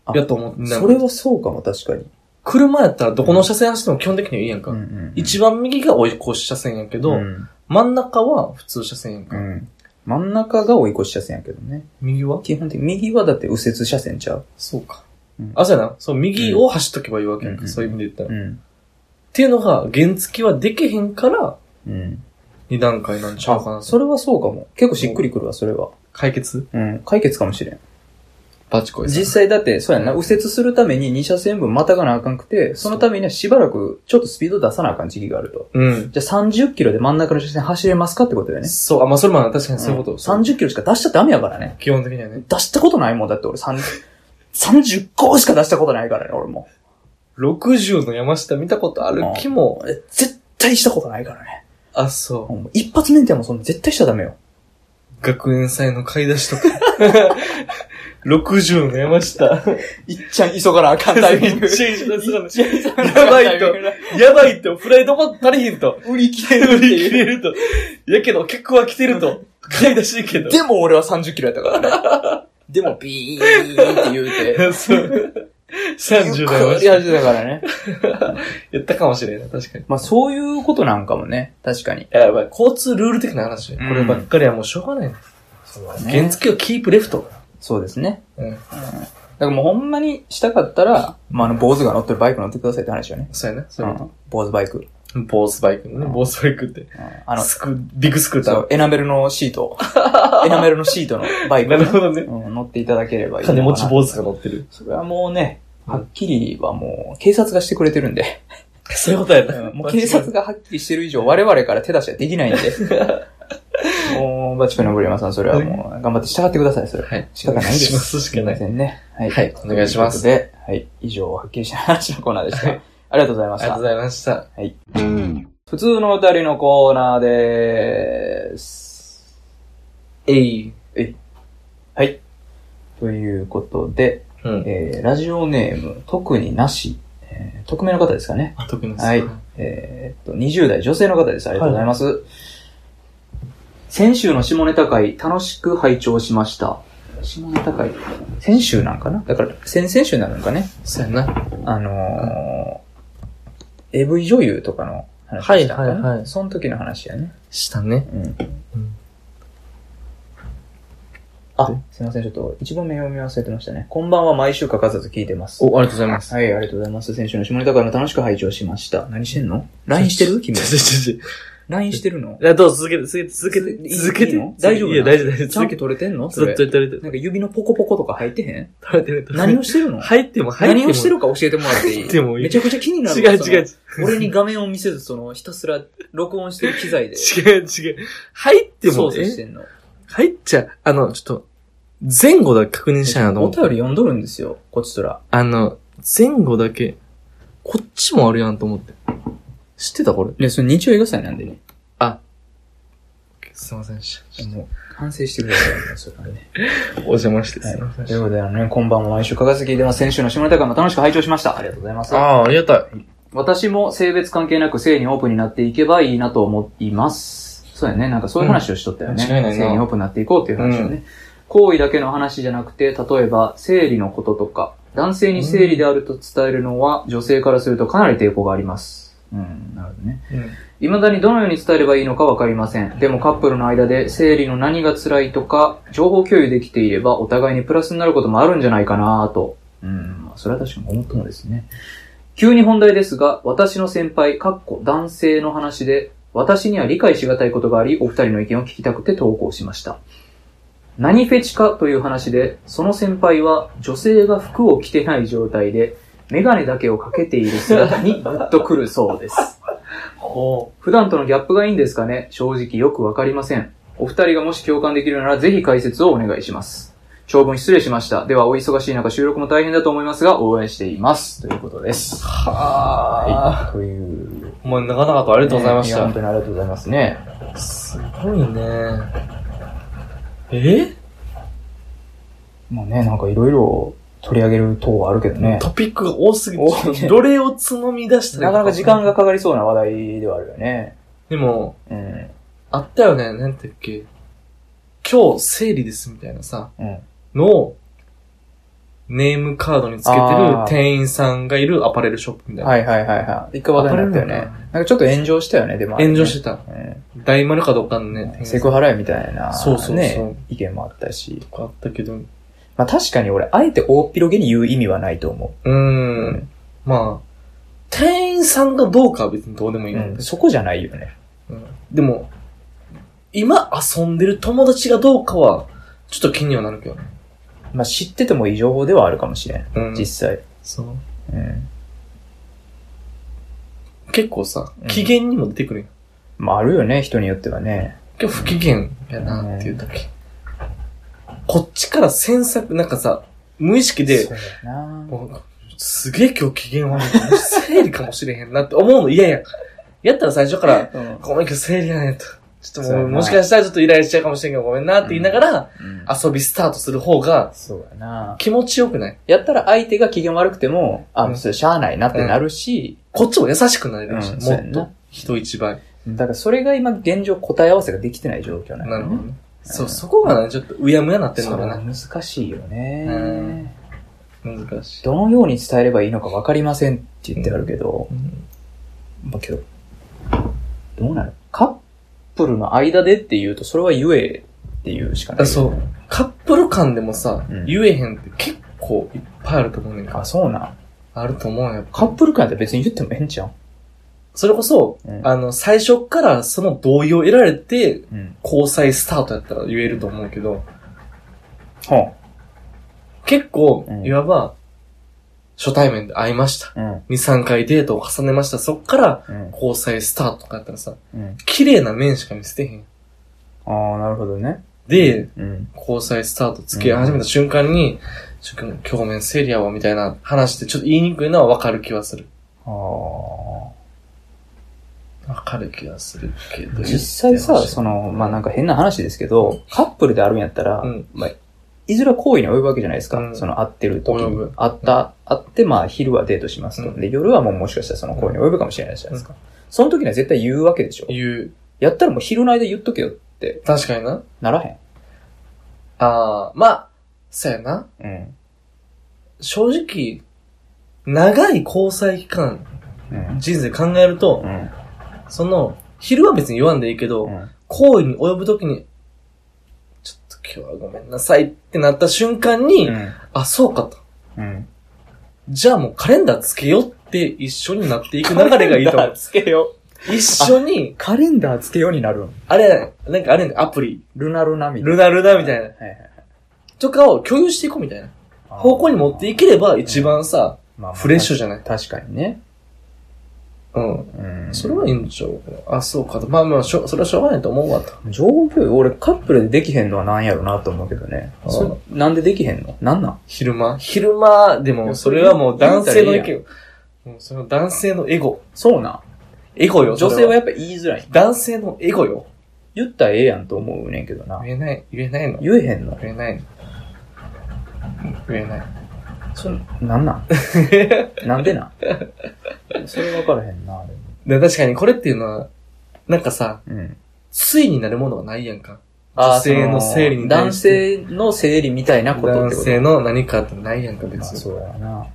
A: あ
B: やと思ってんだよ
A: それはそうかも、確かに。
B: 車やったらどこの車線走っても基本的にはいいやんか。一番右が追い越し車線やけど、
A: うん
B: 真ん中は普通車線やん
A: う
B: か。
A: ん。真ん中が追い越し車線やけどね。
B: 右は
A: 基本的に、右はだって右折車線ちゃう。
B: そうか。
A: うん
B: あ、そうやな。そう、右を走っとけばいいわけやんか。
A: うん
B: そういう意味で言ったら。っ
A: ん。
B: ていうのが、原付はできへんから、
A: うん。
B: 二段階なんちゃうかな。
A: それはそうかも。結構しっくりくるわ、それは。
B: 解決
A: うん。解決かもしれん。
B: バチコイさん。
A: 実際だって、そうやんな、右折するために2車線分またがなあかんくて、そのためにはしばらくちょっとスピード出さなあかん時期があると。
B: うん。
A: じゃあ30キロで真ん中の車線走れますかってことだよね。
B: そう、あ、まあ、それも確かにそういうこと。
A: うん30キロしか出しちゃダメやからね。
B: 基本的にはね。
A: 出したことないもんだって俺30 35しか出したことないからね、俺も。
B: 60の山下見たことある気も、
A: え絶対したことないからね。
B: あ、そう。
A: うん一発免停もそんな絶対しちゃダメよ。
B: 学園祭の買い出しとか。60の山下。
A: いっちゃん急がなあかんタイミ ング。
B: やばいと。やばいと。フライドも足りひんと。
A: 売り切れる
B: 売
A: って
B: り切
A: いう。
B: れると。 やけど客は来てると。買い出しいけど。
A: でも俺は30キロやったからね。 でもビーって言うて。
B: そう。
A: ゆ
B: 30代
A: っ
B: は
A: くりやってたからね。
B: やったかもしれんない。確かに。
A: まあそういうことなんかもね。確かに。
B: いややばい。交通ルール的な話ね。こればっかりはもうしょうがないな。原付をキープレフト。
A: そうですね。
B: うん。
A: だからもうほんまにしたかったら、まああの、坊主が乗ってるバイク乗ってくださいって話よね。。
B: そうやな。そううやなん
A: 坊主バイク。うん
B: ボースバイクね。ボースバイクって。
A: あの、
B: スク、ビッグスクータ
A: そう
B: ー。、
A: エナメルのシー ト。エナメルのシートのバイク
B: な
A: ね、
B: るほどね。
A: うん乗っていただければいいのか
B: 金
A: な。
B: 持ち坊主が乗ってる。
A: それはもうね、はっきりはもう、警察がしてくれてるんで。
B: そういうことや な。
A: もう警察がはっきりしてる以上、我々から手出しはできないん で。もう、バチコイのブリマさん、それはもう、頑張って従ってください、それ。
B: はい。
A: 仕方ないです
B: しますしかな
A: すいませ
B: い。
A: んね。はい
B: はいお願いします
A: ということで、はい。以上、はっきりした話のコーナーでした。
B: はい
A: ありがとうございま
B: あ
A: し
B: りがと
A: た
B: うご。ざいました。
A: 普通のお便りのコーナーでーす。
B: えい。
A: はい。ということで、
B: うん。
A: えー、ラジオネーム、特になし、えー、匿名の方ですかね。
B: あ、特に
A: はい。えーっと、20代女性の方です。ありがとうございます。先週の下ネタ会、楽しく拝聴しました。下ネタ会先週なんかなだから、先々週になるのかね
B: そうやな。
A: あのー、AV 女優とかの話でしたのかな
B: はいはいはい
A: その時の話やね。
B: したね。
A: うん。
B: うん
A: あ、すいません。ちょっと、一番目読み忘れてましたね。こんばんは、毎週欠かさず聞いてます。
B: お、ありがとうございます。
A: はい、ありがとうございます。先週の下ネタから楽しく拝聴しました。何してんの ?LINE してる君
B: ちょ。ちょちょちょ
A: LINE してるの
B: いや、どうぞ続けて、続けて、続け
A: い
B: て、
A: い
B: 続け
A: いい
B: て
A: の。大丈夫
B: いや、
A: な
B: 大丈夫、大丈夫。
A: ちゃ
B: 続
A: ん
B: け
A: と
B: て。
A: 取れてんの
B: ず
A: そ
B: っ
A: れ
B: と。取れてる。
A: なんか指のポコポコとか入って へん
B: 取れてる。
A: 何をしてるの
B: 入っても入っても。
A: 何をしてるか教えてもらっていい
B: 入ってもいい
A: めちゃくちゃ気になる
B: 違
A: わ
B: う違う。
A: その俺に画面を見せず、その、ひたすら 録音してる機材で
B: 違う違う。入って
A: 操
B: も、
A: 作して
B: え
A: んの。
B: 入っちゃう。あの、ちょっと、前後だけ確認したいなと思
A: お
B: って
A: 便り読んどるんですよ、こちとら。
B: あの、前後だけ、こっちもあるやんと思って。知ってたこれ。
A: ね、その日曜映画祭なんでね。
B: すいませんでし
A: もう、反省してくださいね、それはね。
B: た。お邪魔して
A: は
B: すいません
A: い。と
B: でし
A: いう
B: た。
A: ことで、あのね、今晩も毎週欠かす聞いてます。先週の下ネタ会も楽しく拝聴しました。ありがとうございます。
B: ああ、ありがたい。
A: 私も性別関係なく性にオープンになっていけばいいなと思います。そうやね。なんかそういう話をしとったよね。
B: うん間違いないな
A: 性にオープンになっていこうっていう話をね。行為だけの話じゃなくて、例えば生理のこととか、男性に生理であると伝えるのは女性からするとかなり抵抗があります。うん、なるほどね。未だにどのように伝えればいいのかわかりません。でもカップルの間で生理の何が辛いとか、情報共有できていればお互いにプラスになることもあるんじゃないかなと。うん、まあそれは確かに思ったもですね。急に本題ですが、私の先輩、かっこ男性の話で、私には理解しがたいことがあり、お二人の意見を聞きたくて投稿しました。何フェチかという話で、その先輩は女性が服を着てない状態で、メガネだけをかけている姿にグッとくるそうです。
B: ほ
A: 普段とのギャップがいいんですかね正直よくわかりません。お二人がもし共感できるならぜひ解説をお願いします。長文失礼しました。ではお忙しい中収録も大変だと思いますが応援しています。ということです。
B: う。はあ。
A: い。という。
B: お前、なかなかとあり
A: あ
B: がとうございまし
A: 本当
B: た。
A: にありがとうございますね。
B: すごいね。え
A: まあね、なんかいろいろ取り上げる等はあるけどね。
B: トピックが多すぎ
A: 多いね
B: て、どれをつまみ出したらい
A: ない
B: の
A: かなか時間が。かかりそうな話題ではあるよね。
B: でも、
A: うん。
B: あったよね、なんてっけ。今日、生理ですみたいなさ、
A: うん。
B: のを、ネームカードにつけてる
A: あー
B: 店員さんがいるアパレルショップみたいな。
A: はいはいはいはい。一回話題になったよね
B: わかるのか。
A: なんかちょっと炎上したよね、でもあれね。
B: 炎上してた。
A: うん
B: 大丸かどうかのね、
A: セクハラやみたいな、
B: そうそうそう
A: ね、意見もあったし。
B: とかあったけど、う
A: まあ確かに俺、あえて大っ広げに言う意味はないと思
B: ー
A: う。
B: ん。まあ、店員さんがどうかは別にどうでもいい、
A: うん
B: んだけ
A: そこじゃないよね。
B: どうんでも、今遊んでる友達がどうかは、ちょっと気にはなるけどね。
A: まあ知っててもいい情報ではあるかもしれん。
B: うん。
A: 実際。
B: そう。
A: うん。
B: 結構さ
A: うん、
B: 機嫌にも出てくるやん。
A: まああるよね、人によってはね。
B: 今日不機嫌やなっていう時。こっちから詮索、なんかさ、無意識で
A: そ、うだな
B: もうすげえ今日機嫌悪い。生理かもしれへんなって思うの嫌やん。やったら最初から、
A: うん
B: ごめん今日生理やねんと。ちょっと
A: そう
B: も
A: や
B: う、
A: な
B: もしかしたらちょっとイライラしちゃうかもしれんけど、ごめんなって言いながら、
A: あ、
B: 遊びスタートする方が、
A: そうやな。
B: 気持ちよくない
A: やったら相手が機嫌悪くても、あ、
B: うん
A: それしゃあないなってなるし、
B: こっちも優しくなれるし、
A: うんそう
B: も
A: や
B: っ
A: んな
B: と、人一倍。
A: だからそれが今現状答え合わせができてない状況なんだ
B: なる
A: よ
B: ほ
A: ね
B: どね。そう、そこがね、ちょっとうやむやなってんの
A: そ
B: か
A: れは
B: な。
A: 難しいよ
B: うん
A: ね。
B: 難しい。
A: どのように伝えればいいのか分かりませんって言ってあるけど、まあけど、どうなるカップルの間でって言うと、それは言えっていうしかない。
B: あそう。カップル間でもさ、
A: うん
B: 言えへんって結構いっぱいあると思うねんか。
A: あ、そうなん。
B: あると思うよ。
A: カップル間やったら別に言ってもええんちゃう
B: それこそ、
A: うん
B: あの、最初からその同意を得られて、
A: うん。
B: 交際スタートやったら言えると思うけど、
A: ほ
B: 結構
A: う、ん
B: いわば、初対面で会いました。
A: う。うん。
B: 2、3回デートを重ねました。そっから、
A: うん。
B: 交際スタートとかやったらさ、
A: うん。
B: 綺麗な面しか見せてへん。
A: ああ、なるほどね。
B: で、
A: うん。
B: 交際スタート付き合い始めた瞬間に、ちょっと今日面セリアはみたいな話ってちょっと言いにくいのはわかる気はする。
A: ああ。
B: わかる気がするけど。
A: 実際さ、その、まあ、なんか変な話ですけど、カップルであるんやったら、
B: うん
A: まあ、いずれは行為に及ぶわけじゃないですか。
B: うん
A: その、会ってる時
B: 及
A: に
B: ぶ。
A: 会った、会って、まあ、昼はデートしますと。
B: うん
A: で、夜はもうもしかしたらその行為に及ぶかもしれないじゃないですか。その時には絶対言うわけでしょ。
B: 言う。
A: やったらもう昼の間言っとけよって、
B: 確かにな。
A: ならへ
B: ああ、まあ、そうやな。
A: ん。
B: 正直、長い交際期間、
A: うん。うん。
B: 人生考えると、
A: うん。
B: その、昼は別に言わんでいいけど、
A: うん。
B: 行為に及ぶときに、ちょっと今日はごめんなさいってなった瞬間に、あ、そうかと。
A: うん。
B: じゃあもうカレンダーつけようって一緒になっていく流れがいいと
A: カレンダ
B: 思
A: ー
B: う。
A: つけよう。
B: 一緒に、
A: カレンダーつけようになるん
B: あれ、なんかあれやんかアプリ、
A: ルナルナみたいな。
B: ルナルナみたいな、
A: はいはい
B: とかを共有していこうみたいな。
A: はい
B: 方向に持っていければ一番さ、
A: まあまあ
B: フレッシュじゃない
A: 確かにね。
B: うん。
A: うん
B: それはいいんちゃうかなあ、そうかと。まあまあ、しょ、それはしょうがないと思うわと。
A: 上部俺カップルでできへんのはなんやろなと思うけどね。
B: あー
A: それなんでできへんのなんなん
B: 昼間昼間、でも、それはもう男性の意見。もうその男性のエゴ。
A: そうなん。
B: エゴよ。
A: 女性は
B: や
A: やっぱ言いづらい。
B: 男性のエゴよ。
A: 言ったらええやんと思うねんけどな。
B: 言えない、言えないの。
A: 言えへんの
B: 言えないの。言えない。
A: そなんなんなんでなんそれ分からへんな。
B: で確かにこれっていうのは、なんかさ、
A: うん。
B: ついになるものがないやんか。女性の生理に対
A: 男
B: して。
A: 性の生理みたいなことっ
B: 男
A: てこと
B: 性の何かってないやんか、別に。
A: まあそうやな。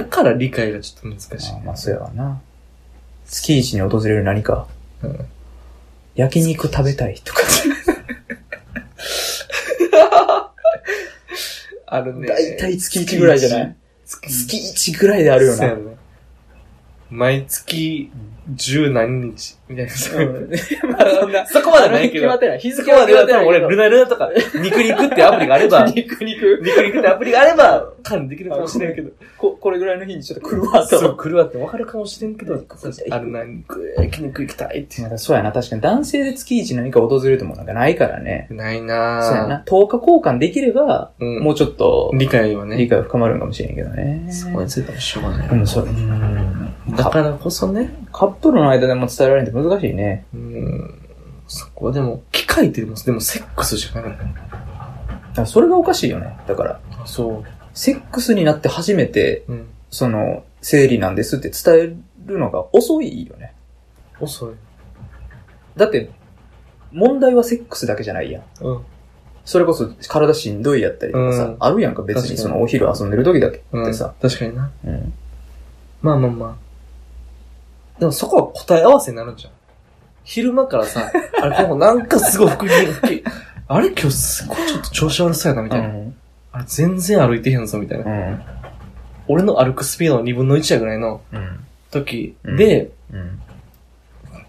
B: やから理解がちょっと難しいね、
A: まあまあそうやわな。月一に訪れる何か。
B: うん
A: 焼肉食べたいとか。
B: あるね。
A: 大体月一ぐらいじゃない
B: 月一
A: 月一ぐらいであるよ
B: そう
A: な
B: や。ね毎月十何日みたいなさ。
A: うん まあそんな。
B: そこまではないけ
A: 決
B: ど
A: まってない。日
B: そ
A: 付
B: こま
A: は
B: で
A: 決
B: は
A: まっ
B: 多
A: てない
B: 分
A: けど。
B: 俺、ルナルナとか、肉肉ってアプリがあれ ば、肉
A: 肉肉。
B: 肉ってアプリがあれば、管理できるかもしれんけど。
A: こ、これぐらいの日にちょっと来るわ
B: そう、
A: と。
B: 来るわって分かるかもしれんけど、あるな、肉、焼肉行きたいって
A: ま。だそうやな。確かに男性で月一何か訪れるともなんかないからね。
B: ないなぁ。
A: そうやな。10日交換できれば、
B: うん。
A: もうちょっと
B: 理解はね。
A: 理解深まるんかもしれんけどね。
B: そこについてもしょうがな
A: で
B: い。
A: もそれ、うん
B: だからこそね、
A: カップルの間でも伝えられるって難しいね。
B: うん、そこはでも、機械っていうよりも、でもセックスじゃないからね。
A: だからそれがおかしいよね。だから、
B: そ
A: セックスになって初めて、
B: う。うん。
A: その、生理なんですって伝えるのが遅いよね。
B: 遅い。
A: だって、問題はセックスだけじゃないやん。
B: うん。
A: それこそ体しんどいやったりとかさ、
B: うん
A: あるやんか別
B: 確か
A: に
B: に
A: そのお昼遊んでる時だけ
B: う
A: っ
B: ん
A: て、さ。
B: 確かにな。
A: うん。
B: まあまあまあ。でもそこは答え合わせになるんじゃん。昼間か らさ、あれ、このなんかすごい腹筋腹筋、あれ今日すごいちょっと調子悪そうやな、み
A: う
B: たいな。
A: ん。
B: あれ全然歩いてへんぞ、みたいな。
A: うん。
B: 俺の歩くスピードの2分の1やぐらいの
A: うん。
B: 時
A: うん
B: で、
A: うん。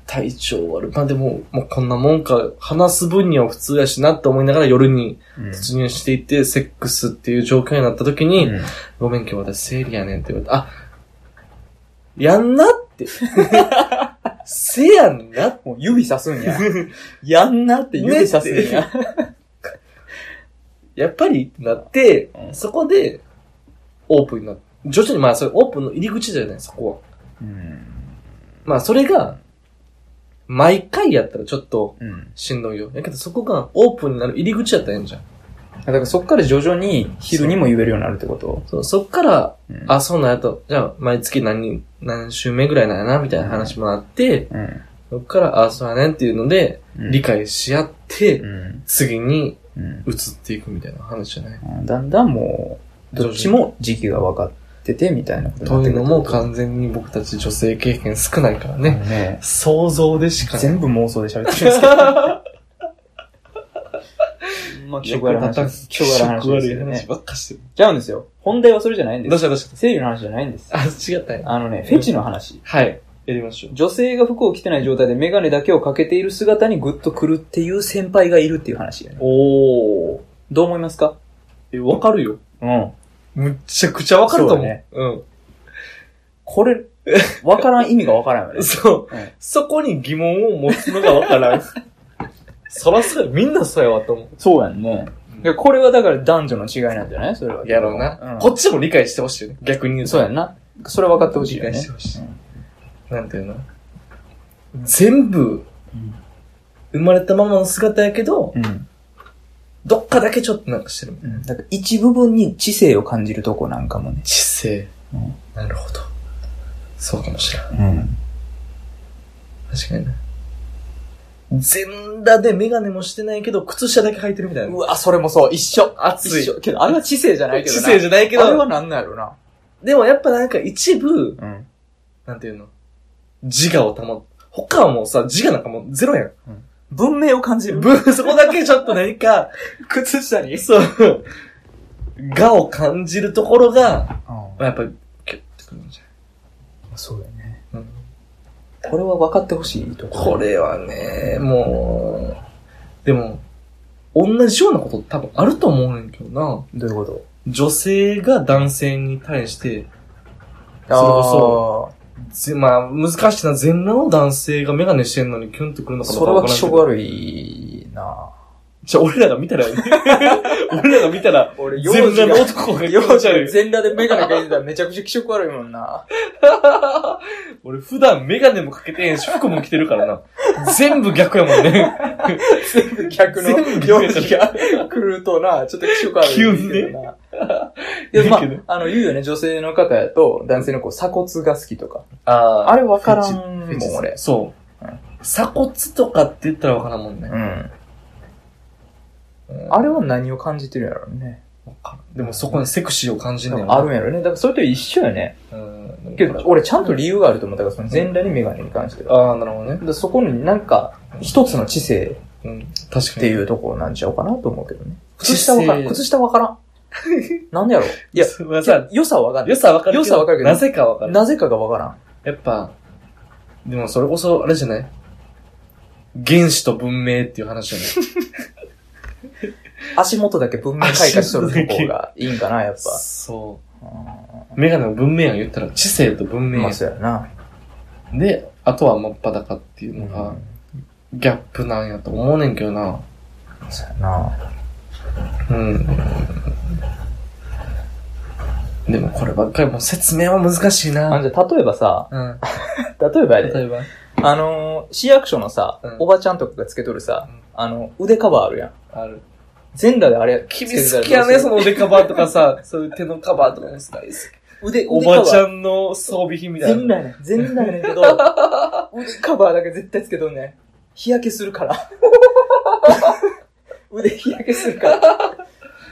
B: 体調悪い。まあでも、もうこんなもんか、話す分には普通やしなって思いながら夜に突入していって、セックスっていう状況になった時に、
A: うん
B: ごめん今日私生理やねんって言われて、あ、やんなって。 せやんなっ
A: もう指さすんや。やんなって指さすん
B: ね
A: や。
B: て。やっぱりってなって、
A: うん
B: そこで、オープンになって。徐々にまあそれオープンの入り口じゃない、そこ
A: う
B: は。
A: ん。
B: まあそれが、毎回やったらちょっと
A: うん。
B: しんどいよ。やけどそこがオープンになる入り口やったらええんじゃん。
A: だからそっから徐々に昼にも言えるようになるってこと
B: そうそっから、
A: うん
B: あ、そうなんやと、じゃあ毎月何、何週目ぐらいなんやな、みたいな話もあって、
A: うん。
B: そっから、あ、そうやねんっていうので、理解し合って、
A: うん。
B: 次に
A: うん。
B: 移っていくみたいな話じゃない
A: だんだんもう、どっちも時期が分かっててみたいなこと
B: というのも
A: か
B: 完全に僕たち女性経験少ないからね。
A: ね。
B: 想像でしか ない。
A: 全部妄想で喋ってるんです けど。まあ、気色悪い話です。気色悪い話ですよね。
B: ばっかしてる。
A: ちゃうんですよ。本題はそれじゃないんで
B: どうし
A: す。
B: たどうした
A: 生理の話じゃないんです。
B: あ、違ったよ。
A: あのね、フェチの話。
B: はい。やりましょう。
A: 女性が服を着てない状態でメガネだけをかけている姿にグッとくるっていう先輩がいるっていう話、ね。
B: おー。
A: どう思いますか
B: え、わかるよ。
A: うん。
B: むっちゃくちゃわかると
A: そ
B: 思う。
A: うだね
B: う
A: これ、わからん意味がわからんよね
B: ん。。そう。
A: うん
B: そこに疑問を持つのがわからん。 そらそうやみんなそうやわと思
A: そうやんね。でこれはだから男女の違いなんじゃないそれは。
B: う。やろうな、
A: うん
B: こっちも理解してほしいよね。逆に言うと。
A: そうやんな。それは分かってほしい
B: 理
A: よね
B: 解。してほしい。なんていうの全部、
A: うん
B: 生まれたままの姿やけど、
A: うん。
B: どっかだけちょっとなんかしてる。
A: うん。だから一部分に知性を感じるとこなんかもね。
B: 知性。
A: うん
B: なるほど。そうかもしれない。
A: うん。
B: 確かにね。全裸でメガネもしてないけど、靴下だけ履いてるみたいな。
A: うわ、それもそう。一緒。
B: 熱い
A: 一緒。けど、あれは知性じゃないけど
B: 知
A: な。
B: 性じゃないけ
A: あれは
B: ど、
A: なんなんやろな。
B: でもやっぱなんか一部、
A: うん。
B: なんていうの自我を保つ。他はもうさ、自我なんかもうゼロやん。
A: 文明を感じる。
B: ぶそこだけちょっと何か、
A: 靴下に
B: そう、我を感じるところが、まあやっぱり、キュッてくるんじ
A: そうだよね。
B: ゃない、うん
A: これは分かってほしいとこ。
B: これはね、もう、でも、同じようなこと多分あると思うねんけどな。
A: どういうこと
B: 女性が男性に対して、
A: それこ
B: ぜまあ、難しいな、全裸の男性がメガネしてんのにキュンとくるのか
A: そ。
B: どう
A: そ
B: か
A: れ
B: わ
A: は気色
B: からんけど
A: 悪いな
B: じゃあ、俺らが 見たら、俺らが見たら、
A: 俺
B: 全 裸の男が気持ち悪い。
A: 全裸でメガネかけてたらめちゃくちゃ気色悪いもんな。
B: 俺普段メガネもかけてへんし、服も着てるからな。全部逆やもんね。
A: 全部逆の
B: 全部逆
A: 用事が来るとな、ちょっと気色悪いけどな。
B: 急
A: い
B: にね
A: や、ま
B: いいけど
A: あ、あの、言うよね、女性の方やと、男性のこう、鎖骨が好きとか。
B: あ
A: あれ分からん
B: フェ
A: も
B: チ
A: ん、俺。
B: そう
A: うん。
B: 鎖骨とかって言ったらわからんもんね。
A: うん。
B: うん
A: あれは何を感じてるんやろうね。
B: でもそこにセクシーを感じんねんな
A: あるんやろうね。だからそれと一緒やね。
B: うん
A: けど、俺ちゃんと理由があると思ったから、その全裸にメガネに関しては。
B: ああ、なるほどね
A: だ。からそこになんか、一つの知性
B: うん。確
A: っ
B: か
A: て
B: に。
A: いうところなんちゃうかなと思うけどね。
B: 知性
A: 靴下わからん。靴下わから ん。なんでやろうい
B: い
A: や、
B: や、さ、
A: 良さはわかんな
B: 良
A: い。
B: さわかるけど。
A: 良さわかるけど
B: なぜかわかる。
A: なぜかがわからん。
B: やっぱ、でもそれこそ、あれじゃない原始と文明っていう話じゃない
A: 足元だけ文明開花しとるところがいいんかな、やっぱ。
B: そメガネの文明を言ったら知性と文
A: ま
B: 明
A: あ、。そうやな。
B: で、あとは真っ裸っていうのが、ギャップなんやと思うねんけどな。
A: そうやな。
B: うん。でもこればっかりもう説明は難しい
A: あ
B: な。
A: じゃあ例えばさ、
B: うん。
A: 例えばや
B: 例
A: で、
B: えば。
A: あのー、市役所のさ
B: うん、
A: おばちゃんとかがつけとるさ
B: うん、
A: あの、腕カバーあるやん。
B: ある。
A: 全裸であれ、
B: 君好きやね、そ
A: の。
B: の腕カバーとかさ、そういう手のカバーとかもさ、
A: 腕、
B: お
A: 腕カバ
B: ばちゃ
A: ー。
B: んの装備品みたい
A: 全
B: な。
A: 裸やねん。全裸やねん けど、腕カバーだけ絶対つけとんねん。日焼けする から。腕日焼けする から。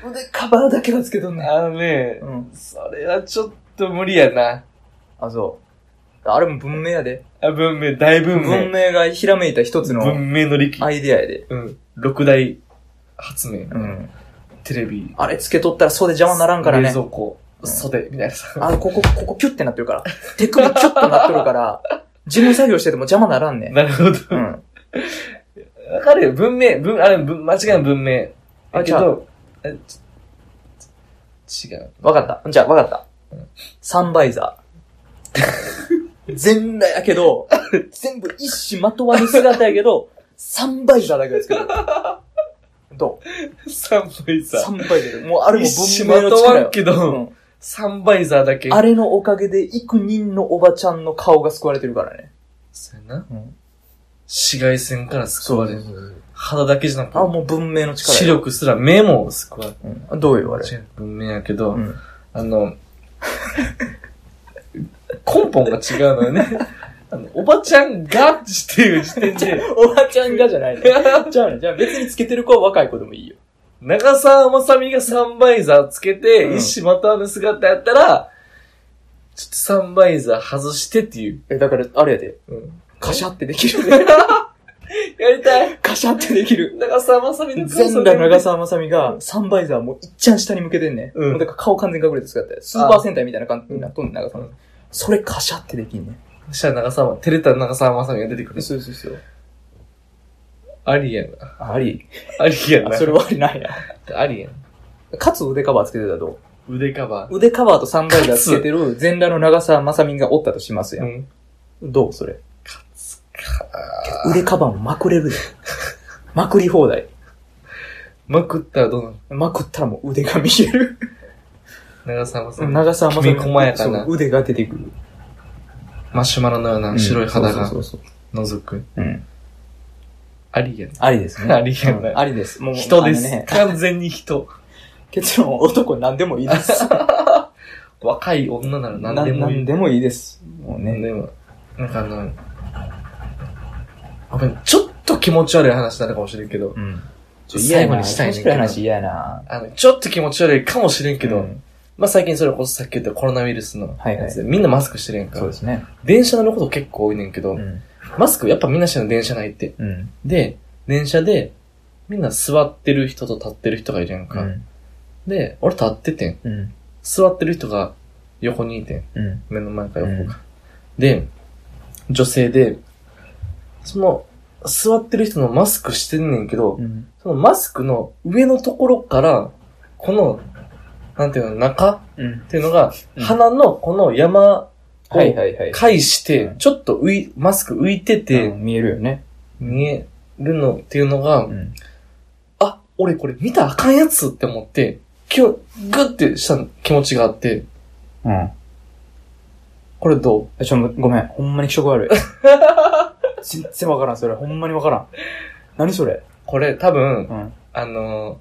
A: 腕カバーだけはつけとんねん。
B: あのね、
A: うん。
B: それはちょっと無理やな。
A: あ、そう。あれも文明やで。
B: あ文明、大文
A: 文
B: 明。
A: 明がひらめいた一つの
B: 文明の利器。
A: アイデアやで。
B: うん。六大発明。
A: うん。
B: テレビ。
A: あれつけとったら袖邪魔にならんから
B: 冷
A: ね
B: 蔵。庫、袖、みたいなさ。
A: あ、ここ、ここキュッてなってるから。手首キュッとなっとるから、 事務作業してても邪魔ならんね。
B: なるほど。
A: うん。
B: わかるよ。文明、文、あれ、文間違いの文明。
A: あ
B: だけど、えち違う。
A: わかった。じゃあ、わかった。サンバイザ ー。全裸やけど、全部一種まとわぬ姿やけど、サンバイザーだけですけど。ど
B: サンバイ
A: う
B: ザ
A: サ
B: ー。
A: ンバイザー。もうあれも
B: 一
A: 文
B: 種
A: 明の
B: まと
A: 力
B: わ
A: よ
B: ん。け
A: う
B: ど、
A: ん
B: サンバイザーだけ。
A: あれのおかげで幾人のおばちゃんの顔が救われてるからね。
B: そうやな。紫外線から救われる。
A: そう。
B: 肌だけじゃなくて
A: あ、、もう文明の力
B: 視力すら目も救われる。
A: 力。どうよ、あれ。
B: 違う文明やけど、
A: うん。
B: あの、根本が違うのよね。あの、おばちゃんがっていう時点で、
A: おばちゃんがじゃないね。じゃあね、じゃあ別につけてる子は若い子でもいいよ。
B: 長澤まさみがサンバイザーつけて、
A: うん
B: 一糸まとわぬ姿やったら、ちょっとサンバイザー外してっていう。
A: え、だから、あれやで。
B: うん、
A: カシャってできる ね。
B: やりたい
A: カシャってできる。
B: 長澤まさみの
A: 全裸長澤まさみが、サンバイザーもういっちゃん下に向けてんね。
B: うん
A: もだから顔完全に隠れて姿や。スーパー戦隊みたいな感じになっとんねん、長澤まさみ。それカシャってできんね。
B: そしたら長澤ま、照れた長澤まさみが出てくる。
A: そうそうそう。
B: ありやな。
A: あり。
B: ありやな。
A: それはありないや。
B: ありやな。
A: かつ腕カバーつけてたらどう
B: 腕カバ
A: 腕カバーとサンバイザーつけてる全裸の長澤まさみがおったとします
B: ー。
A: や。
B: うんん。
A: どうそれ。腕カバーもまくれるで。まくり放題。
B: まくったらどうなの
A: まくったらもう腕が見える。
B: 長澤まさみ。
A: 長澤まさみ
B: きめ細やかな
A: そう腕が出てくる。
B: マシュマロのような白い肌
A: うん
B: が
A: そうそうそう
B: 覗く。
A: そう。うん。
B: ありやな。
A: ありですね。
B: ありやな
A: うんありです。もう、
B: 人です、
A: あのね
B: 完全に人。
A: 結論、男何でもいいです。
B: 若い女 なら何でもいい。
A: 何でもいいです。もう
B: ね、
A: ね。
B: でも、なんかあの、あごめんちょっと気持ち悪い話になるかもしれんけど、
A: うん。
B: ちょ最後にしたいねん
A: 面
B: け
A: 白い
B: ど
A: 話嫌やな。
B: あの、ちょっと気持ち悪いかもしれんけど、
A: うん
B: まあ最近それこそさっき言ったコロナウイルスの
A: はいはい
B: やつでみんなマスクしてるやんか。
A: そうですね。
B: 電車乗ること結構多いねんけど、
A: ん。
B: マスクやっぱみんなしてるの電車内って。
A: うん。
B: で、電車で、みんな座ってる人と立ってる人がいるやんか。で、俺立っててん。
A: うん。
B: 座ってる人が横にいてん。
A: うん。
B: 目の前か横か。で、女性で、その、座ってる人のマスクしてんねんけど、
A: うん。
B: そのマスクの上のところから、この、なんていうの、中っ
A: うん。
B: ていうのが、
A: うん
B: 鼻のこの山を
A: はいはいはい。
B: 返して
A: うん、
B: ちょっと浮い、マスク浮いて
A: う
B: て、
A: ん見えるよね。
B: 見えるのっていうのが、
A: ん。
B: あ、俺これ見たらあかんやつって思って、今日、グッてした気持ちがあって、
A: うん。
B: これどう
A: えちょ、ごめん。ほんまに気色 悪い。全然わからん、それ。ほんまにわからん。何それ
B: これ多分、
A: ん。
B: あの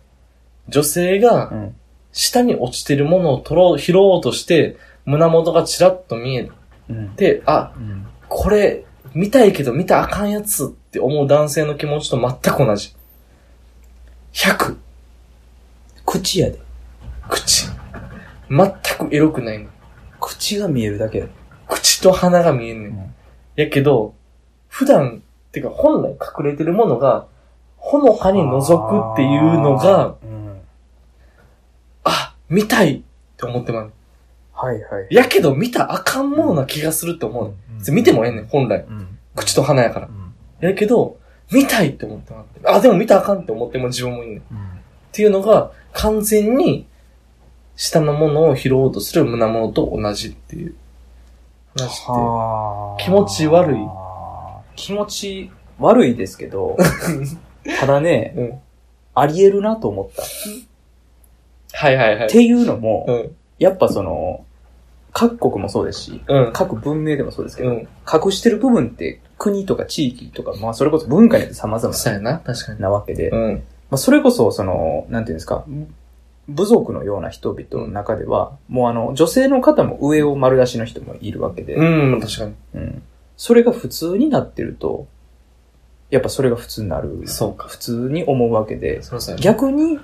B: ー、女性が
A: うん。
B: 下に落ちてるものを取ろう、拾おうとして、胸元がちらっと見え
A: うん。
B: て、あ、
A: うん。
B: これ、見たいけど見たらあかんやつって思う男性の気持ちと全く同じ。100、
A: 口やで。
B: 口。全くエロくないの。
A: 口が見えるだけやで。
B: 口と鼻が見えんねん。
A: うん
B: やけど、普段、てか本来隠れてるものが、ほのかに覗くっていうのが、、
A: うん。
B: あ、見たいって思ってまう。
A: はいはい。
B: やけど見たらあかんものな気がすると思うねん。見てもええねん、本来。
A: うん。
B: 口と鼻やから。やけど、見たいって思ってもらって。あ、でも見たらあかんって思っても自分もいいねん。っていうのが、完全に、下のものを拾おうとする胸物と同じっていう話っ
A: は
B: 気持ち悪い
A: 気持ち悪いですけ ど、ただね
B: て。、うん。
A: ありえるなと思った。
B: はいはいは
A: っ
B: い。
A: ていうのも、
B: うん。
A: やっぱその、各国もそうですし、
B: うん。
A: 各文明でもそうですけ
B: う
A: ど、
B: ん。
A: 隠してる部分って国とか地域とか、まあそれこそ文化によって様々
B: そうやな、確かに。
A: なわけで、ま
B: うん。
A: あそれこそその、なんていうんですか、部族のような人々の中では、もうあの、女性の方も上を丸出しの人もいるわけで、
B: うん、確かに。
A: うんそれが普通になってると、やっぱそれが普通になる。
B: そうか。
A: 普通に思うわけで、
B: そうそうやな。
A: 逆に、
B: うん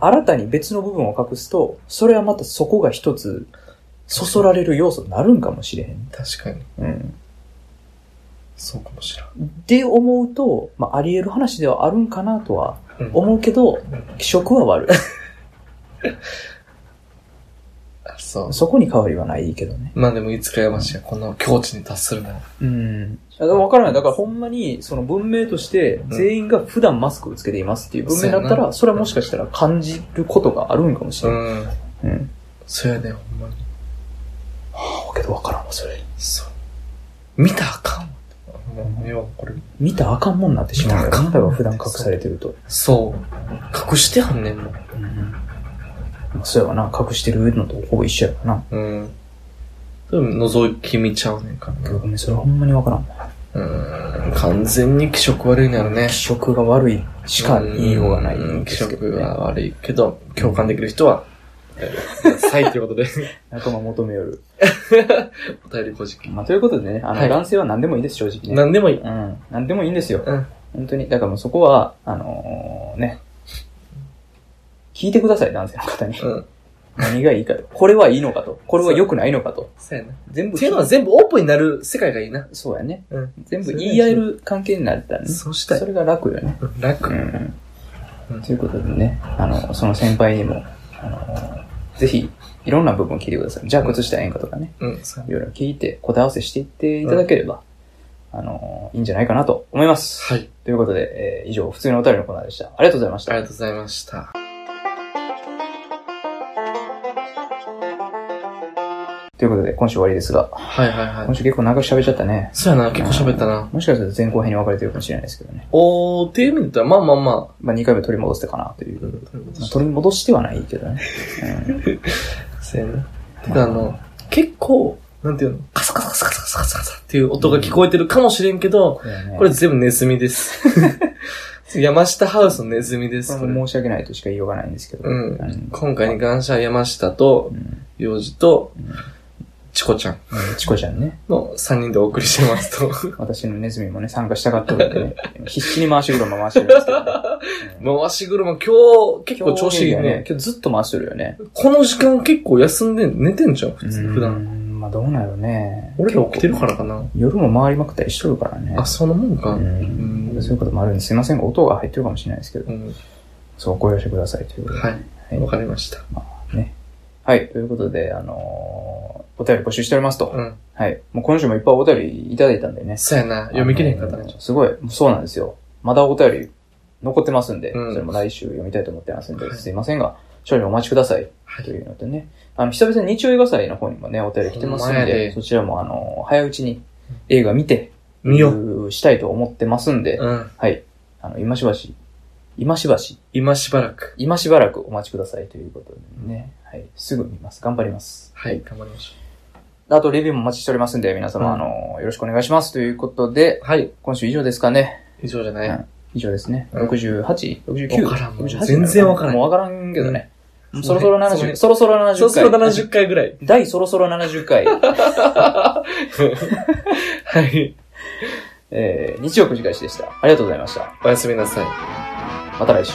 A: 新たに別の部分を隠すと、それはまたそこが一つ、そそられる要素になるんかもしれへん。
B: 確かに。
A: うん。
B: そうかもしれん。
A: って思うと、まあ、あり得る話ではあるんかなとは
B: うん
A: 思うけど、気色は悪い。
B: あそう。
A: そこに変わりはないけどね。
B: まあでも、いつかやましや、この境地に達するなら。
A: うん。だから分からない。だからほんまに、その文明として、全員が普段マスクをつけていますっていう文明だったら、それはもしかしたら感じることがあるんかもしれない。
B: うん。
A: うん。
B: そやね、ほんまに。
A: だけど分からんわ、それ。
B: そう。見たらあかんわ。もう、要はこれ。
A: 見たらあかんもんなってしまうよ。
B: 見たらあかん
A: だから普段隠されてると。
B: そう。隠してはんねんもん。
A: うん。そうやわな、隠してるのとほぼ一緒やわな。
B: うん。多分、覗き見ちゃうねんから
A: ごめん、それほんまに分からんわ。
B: うーん、完全に気色悪いならね。
A: 気色が悪いしか言いようがない
B: うんん
A: で
B: 気
A: すけど、
B: 色
A: ね。
B: が悪いけど、共感できる人は、えーくださいということで、
A: 仲間求めよる。
B: お便りこじき。
A: まあ、ということでね、あの、
B: はい
A: 男性は何でもいいです、正直ね。
B: 何でもいい。
A: うん。何でもいいんですよ。
B: うん。
A: 本当に。だからもうそこは、あのーね。聞いてください、男性の方 に。
B: うん。
A: 何がいいかと。これはいいのかと。これは良くないのかと。
B: そうやな。っ
A: 全部。
B: ていうのは全部オープンになる世界がいいな。
A: そうやね。
B: うん。
A: 全部言い合える関係になったらね。
B: そうしたい
A: それが楽よね。
B: 楽。
A: う。
B: うんん
A: ということでね、あの、その先輩にも、あの、ぜひ、いろんな部分聞いてください。じゃあ靴下ええんかとかね、
B: うん。そうや
A: いろいろ聞いて、答え合わせしていっていただければ、あの、いいんじゃないかなと思います。
B: はい。
A: ということで、えー以上、普通のお便りのコーナーでした。ありがとうございました
B: あり。がとうございました。
A: ということで、今週終わりですが、
B: はいはいは
A: 今
B: い。
A: 週結構長く喋っちゃったね。
B: そうやな、結構喋ったな。
A: もしかすると前後編に分かれてるかもしれないですけどね。
B: おー、っていう意味で言ったら、まあまあま
A: まあ、2回目取り戻してかなという。まあ
B: あ。
A: 取り戻してはないけどね。
B: そうやな。てかあの、結構、なんていうの、カサカサカサカサカサカサカサっていう音が聞こえてるかもしれんけど、
A: うん
B: これ全部ネズミ です。山下ハウスのネズミです、
A: こ
B: こ
A: れ
B: れ。
A: も申し訳ないとしか言いようがないんですけど。
B: うん
A: あの
B: 今回に関しては山下と
A: う、ん。
B: 幼児と、チコちゃん
A: チコちゃんね。
B: の3人でお送りしてますと。
A: 私のネズミもね、参加したがってるんでね。必死に回し車回してるんですけど、ね。うん
B: 回し車今日 結構調子いい
A: 今日
B: ね。
A: 今日ずっと回してるよね。
B: この時間結構休んで寝てんじゃん、普通、普段。
A: 段。まあどうなるね。
B: 俺ら起きてるからかな。
A: 夜も回りまくったりしとるからね。
B: あ、そのもんか。
A: う
B: うんん
A: そういうこともあるんですいませんが、音が入ってるかもしれないですけど、
B: ん
A: そうご容赦くださいということで。
B: はい。わかりました。
A: ね。はい、ということで、あのーお便り募集しておりますと。
B: うん。
A: はい。もう今週もいっぱいお便りいただいたんでね。
B: そうやな。読み切れへんかった
A: あ
B: ね
A: の。すごい、そうなんですよ。まだお便り残ってますんで、
B: うん
A: それも来週読みたいと思ってますんで、
B: はい
A: すいませんが、少々お待ちください。
B: はい
A: というのでね。あの、久々に日曜映画祭の方にもね、お便り来てますん
B: ほんまや
A: で、
B: で
A: そちらもあの、早いうちに映画見て、
B: 見よう。
A: したいと思ってますんで、
B: うん。
A: はい。あの、今しばし、今しばし、
B: 今しばらく。
A: 今しばらくお待ちくださいということでね。はい。すぐ見ます。頑張ります。
B: はい。頑張りましょ
A: あと、レビューもお待ちしておりますんで、皆様、
B: うん
A: あの、よろしくお願いしますということで、
B: う。はい。
A: 今週以上ですかね。
B: 以上じゃない。
A: うん以上ですね。
B: うん
A: 68?69?
B: わからんもう
A: 68?
B: 全然わからん
A: もうわからんけどね。
B: ん
A: そろそろ
B: そ
A: 70、
B: れ
A: そろそろ70回。
B: そろそろ70回ぐら い。
A: 第そろそろ70回、
B: はい。
A: えー、日曜くじ返しでした。ありがとうございました。
B: おやすみなさい。
A: また来週。